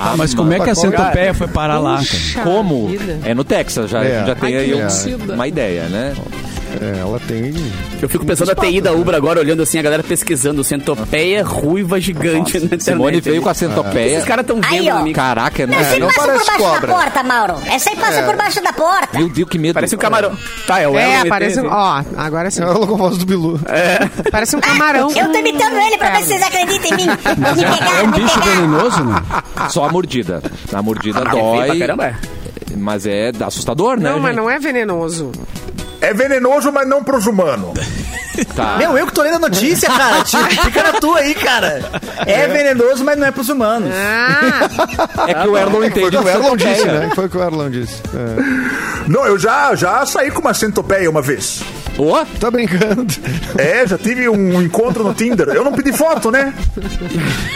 G: Ah, mas como é que a
D: Pra qual-
G: centopeia foi parar lá, cara?
E: Puxa
I: Como?
E: vida.
I: É no Texas, já,
D: É.
I: já tem
E: Ai,
I: aí
E: que
I: um-
E: torcida.
I: uma ideia, né?
D: É, ela tem.
C: Eu fico pensando na TI da Ubra agora, olhando assim, a galera pesquisando centopeia ruiva gigante na internet.
I: Simone veio com a
C: Esses
I: centopeia.
C: caras tão
J: Aí,
C: vendo,
J: ó.
C: amigo.
I: Caraca, né?
J: Essa aí
D: não
J: passa por
D: parece
J: baixo
D: cobra. É.
J: da porta, Mauro. Essa aí passa por baixo da porta.
I: Meu Deus, que medo.
C: Parece um camarão. Tá, é o Elon
E: É,
C: ET,
E: parece.
C: né? É.
E: Ó, agora
G: É
E: sim.
D: Ela com a voz do Bilu.
E: Parece um camarão.
J: Eu tô imitando ele pra ver se vocês acreditam em mim. Me
G: É
J: pegar,
G: um
J: me
G: bicho
J: pegar.
G: venenoso, né?
I: Só a mordida. A mordida
C: Ah, é feio
I: dói.
C: pra caramba, é.
I: Mas é assustador, né?
E: Não, mas
I: gente?
E: não é venenoso.
H: É venenoso, mas não pros humanos.
I: Tá.
B: Meu, eu que tô lendo a notícia, cara. Tio, Fica na tua aí, cara. É venenoso, mas não é pros humanos.
E: Ah,
I: é que o Erlon
D: Foi o
I: entende.
D: que o
I: de
D: Erlon
I: centopeia.
H: É.
D: disse, né? Foi o que o Erlon disse. É.
H: Não, eu já, já saí com uma centopeia uma vez.
I: Ó,
D: Tá brincando.
H: É, já tive um encontro no Tinder. Eu não pedi foto, né?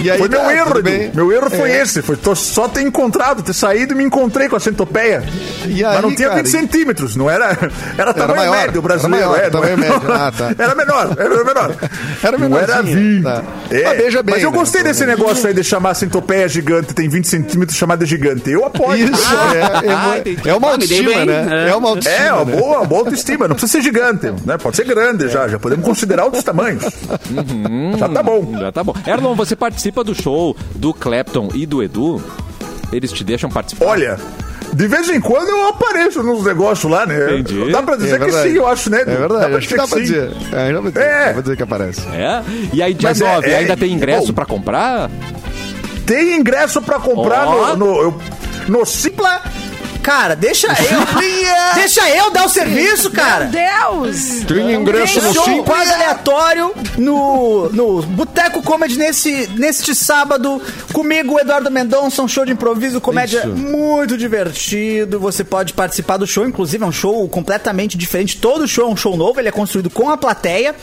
D: E aí,
H: Foi meu
D: tá,
H: erro,
D: tudo
H: Edu.
D: bem. É.
H: Meu erro foi esse. Foi tô- só ter encontrado, ter saído e me encontrei com a centopeia.
D: E aí,
H: Mas não tinha
D: cara,
H: 20
D: e-
H: centímetros, não era. Era tamanho
D: maior,
H: médio brasileiro.
D: era maior,
H: é, não
D: tamanho
H: era-
D: médio. Ah, tá.
H: Era menor, era menor.
D: Era
H: Não era
D: menorzinho,
H: 20.
D: tá.
H: É,
D: Mas veja bem,
H: eu
D: né,
H: gostei
D: pelo
H: desse
D: menos.
H: negócio aí de chamar a centopeia gigante, tem 20 centímetros chamada gigante. Eu apoio.
D: Isso, é, é, uma- é uma
C: Ah, me dei
D: autoestima,
C: bem.
D: né?
C: É.
D: É uma autoestima.
H: É, uma
D: né?
H: boa, uma boa autoestima. Não precisa ser gigante, né? Pode ser grande já, já podemos considerar outros tamanhos.
D: Uhum.
H: Já tá bom.
I: Hum, já tá bom. Erlon, você participa do show do Clapton e do Edu? Eles te deixam participar?
H: Olha, de vez em quando eu apareço nos negócios lá, né?
I: Entendi.
H: Dá pra dizer
D: É
H: que
D: verdade.
H: sim, eu acho, né?
D: É verdade,
H: pra
D: acho que dá pra
H: sim.
D: dizer. É, dá pra dizer,
H: É.
D: dá pra dizer que aparece.
I: É? E aí, dia
H: Mas é-
I: 9,
H: é-
I: ainda tem
H: é
I: ingresso
H: bom.
I: pra comprar?
H: Tem ingresso pra comprar
I: Ó.
H: no, no, eu- no Simpla.
B: Cara, deixa eu. deixa eu dar o serviço, cara.
E: Deus!
D: Tem ingresso
B: Tem
D: no
B: show
D: Simpla.
B: quase aleatório no, no Boteco Comedy nesse, neste sábado. Comigo, Eduardo Mendonça, um show de improviso, comédia muito divertido. Você pode participar do show, inclusive é um show completamente diferente. Todo show é um show novo, ele é construído com a plateia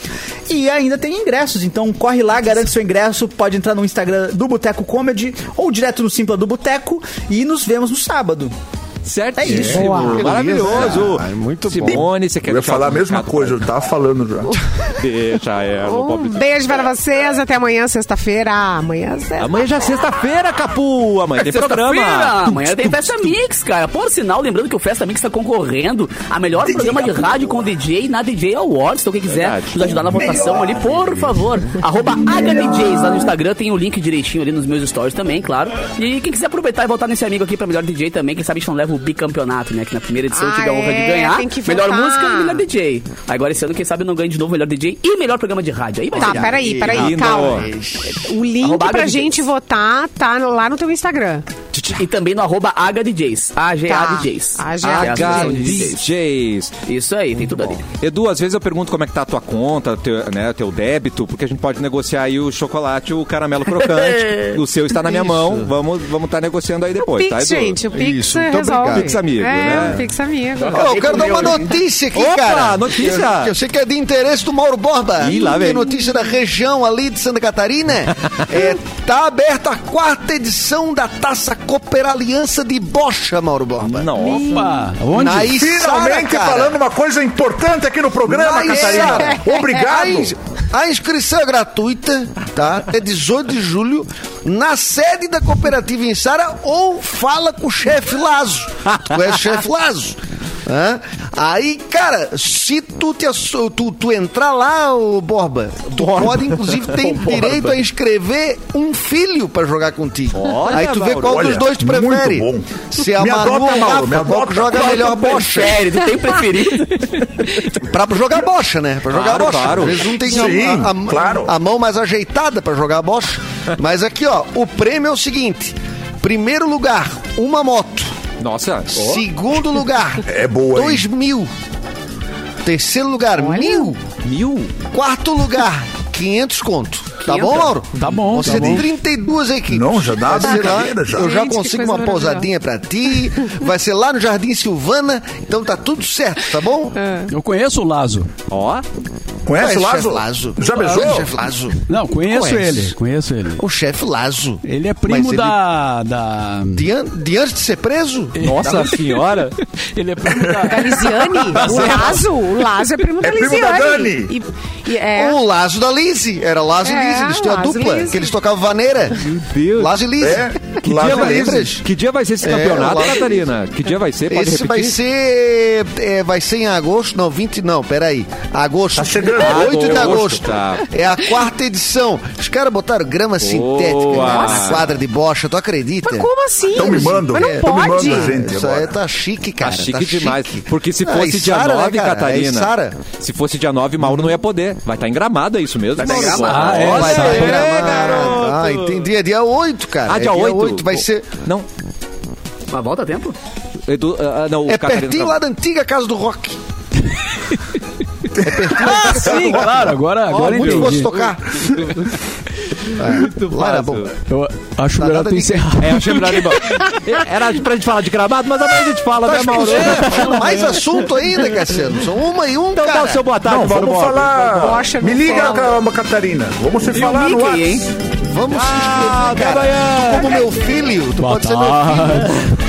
B: e ainda tem ingressos. Então corre lá, garante seu ingresso, pode entrar no Instagram do Boteco Comedy ou direto no Simpla do Boteco e nos vemos no sábado.
I: Certo?
B: É isso.
D: Boa.
I: Maravilhoso.
D: Ah, é muito bom.
I: Simone, você quer
H: Eu ia
I: deixar
H: falar a
I: algum
H: mesma
I: recado
H: coisa, eu tava falando já.
I: pra- Deixa, Erlon.
E: Um
I: pobre-
E: beijo para vocês. Até amanhã, sexta-feira. Amanhã, sexta
I: Amanhã já é sexta-feira, Capu. Amanhã tem
C: Sexta-feira,
I: programa.
C: Amanhã tem Festa Mix, cara. Por sinal, lembrando que o Festa Mix tá concorrendo a melhor programa de rádio com DJ na DJ Awards. Então, quem quiser
I: Verdade.
C: nos ajudar na votação ali, por favor, arroba HDJs lá no Instagram. Tem o link direitinho ali nos meus stories também, claro. E quem quiser aproveitar e votar nesse amigo aqui pra melhor DJ também, quem sabe a gente não leva o bicampeonato, né? Que na primeira edição eu tive a
E: Ah,
C: honra de
E: é,
C: ganhar.
E: tem que
C: melhor
E: votar.
C: música e melhor DJ. Agora esse ano, quem sabe eu não ganho de novo melhor DJ e melhor programa de rádio. Aí vai
E: Tá,
C: ser
E: peraí, peraí,
I: Lindo.
E: calma. O link
C: Arroba
E: pra
C: HDJs.
E: gente votar tá no- lá no teu Instagram.
C: e também no arroba HDJs.
D: Tá.
C: AGADJs.
D: AGA
C: DJs.
A: DJs.
C: Isso aí, tem tudo ali.
A: Edu, às vezes eu pergunto como é que tá a tua conta, teu, né, teu débito, porque a gente pode negociar aí o chocolate, o caramelo crocante. o seu está na minha mão, vamos estar vamos tá negociando aí depois,
D: Pix,
A: tá, Edu?
D: gente, o Pix é
F: Isso, muito
D: resolve.
F: obrigado.
A: Pix amigo,
D: é,
A: né?
D: um Pix amigo.
F: Ó, eu quero dar uma notícia aqui,
A: Opa,
F: cara.
A: notícia.
F: Eu, eu sei que é de interesse do Mauro Borba.
A: Ih, lá vem.
F: Tem notícia da região ali de Santa Catarina. é, tá aberta a quarta edição da Taça Cooper Aliança de Bocha, Mauro Borba.
A: Não,
G: Opa! Onde?
F: Na Içara,
H: Finalmente
F: cara.
H: falando uma coisa importante aqui no programa,
F: Mas- é,
H: Catarina.
F: A,
H: Obrigado.
F: ins- a inscrição é gratuita, tá? Até 18 de julho, na sede da cooperativa em Sara ou fala com o chefe Lazo. Tu conhece o chefe Lazo? Hã? Aí, cara, se tu, te, asso- tu, tu entrar lá, ô Borba, tu pode, inclusive, tem direito a inscrever um filho pra jogar contigo. Aí tu vê qual
H: Olha,
F: dos dois tu
H: muito
F: prefere.
H: bom.
D: é
F: Se a
H: Me
F: Manu
H: adota,
F: ou
H: Mauro, me
F: Rafa, qual que
H: adota.
F: joga
H: Qual
F: melhor
H: tu prefere?
F: bocha?
C: Sério, tu tem preferido?
F: Pra jogar bocha, né? Pra jogar
A: Claro,
F: bocha.
A: claro.
F: Às vezes um tem a-
H: Sim,
F: a, a-
H: claro.
F: a mão mais ajeitada pra jogar bocha. Mas aqui, ó, o prêmio é o seguinte: primeiro lugar, uma moto.
A: Nossa,
F: Segundo lugar,
H: É boa, hein?
F: dois mil. Terceiro lugar, mil.
A: mil?
F: Quarto lugar, 500 conto. Tá bom, Mauro?
G: Tá bom,
F: Vão
G: tá
F: ser
G: bom.
F: 32 equipes.
H: Não, já dá
F: Vai ser lá,
H: brincadeira, já.
F: Eu já
D: Gente, que
F: consigo
D: coisa
F: uma pousadinha pra ti. Vai ser lá no Jardim Silvana. Então tá tudo certo, tá bom?
D: Ah.
G: Eu conheço o Lazo.
A: Ó,
H: Conhece o
F: Conhece
H: Lazo?
F: chefe Lazo.
H: Já beijou?
F: Conhece o chefe Lazo.
G: Não, conheço
F: Conhece.
G: ele. Conheço ele.
F: O chefe Lazo.
G: Ele é
F: Mas
G: primo
F: ele-
G: da. da...
F: dian- Diante de ser preso?
A: nossa senhora.
G: Ele é primo da.
D: Da Lisiane?
F: Tá
D: O Lazo? O Lazo é primo da
H: É primo
D: Lisiane.
H: da
D: E, e é,
F: O Lazo da Lizzy. Era Lazo
D: É,
F: e Lizzy. Eles têm a
D: Lazo e
F: dupla.
D: Lizzy.
F: Que eles tocavam vaneira.
A: Deus.
F: Lazo e Lizzy.
H: É,
A: Que dia,
H: Lazo
A: vai,
F: Lembras?
A: que dia vai ser esse
F: É,
A: campeonato,
F: lá-
A: Catarina? Que dia vai ser? Pode
F: Esse
A: repetir?
F: vai ser. é, vai ser em agosto. Não, 20 não, peraí. Agosto. Tá
H: chegando.
F: 8 de agosto.
A: Tá.
F: É a quarta edição. Os caras botaram grama sintética né, na quadra de bocha, tu acredita?
D: Mas como assim?
H: Tão me mando,
D: Mas não
H: tão me
D: pode.
H: mando, gente.
F: Isso
H: agora.
F: aí tá chique, cara.
A: Tá chique demais. Porque se fosse dia
F: Sara,
A: 9,
F: cara? É
A: Catarina.
F: Sara.
A: se fosse dia 9, Mauro não ia poder. Vai estar em gramado, é isso mesmo? Vai
F: Olha,
G: Ah, é,
F: tá olha, é,
G: sai.
A: É,
F: garoto. Ah, entendi. É dia 8, cara.
A: Ah,
F: É
A: dia 8?
F: Vai ser.
A: Não,
C: Mas volta a tempo?
A: Edu, ah, ah, não, o
F: É
A: Catarina
F: pertinho
A: tá-
F: lá da antiga casa do rock.
G: Ah, sim, claro, agora, agora
F: Onde fosse
G: entendi.
F: tocar. Muito lá era bom.
G: Eu acho
F: Tá
G: melhor
F: nada
G: tu
F: de-
G: encerrar.
A: É, eu achei melhor ir embora. Era pra gente falar de gramado, mas amanhã a gente fala, né, Mauro?
F: Tá É, mais assunto ainda, Cassiano. São uma e um,
A: Então dá
F: cara.
A: o seu boa tarde,
H: Não,
A: Mauro
H: vamos
A: Borba.
H: falar.
D: Bocha,
H: Me
D: não
H: liga, ca-
D: fala.
H: Catarina. Vamos se
C: E o
H: falar no
C: Mickey,
H: WhatsApp.
C: hein?
F: Vamos se
A: Ah,
F: inscrever,
A: até
F: cara.
A: amanhã.
F: Tu como meu filho, tu
G: Boa
F: pode ser meu filho.
G: tarde.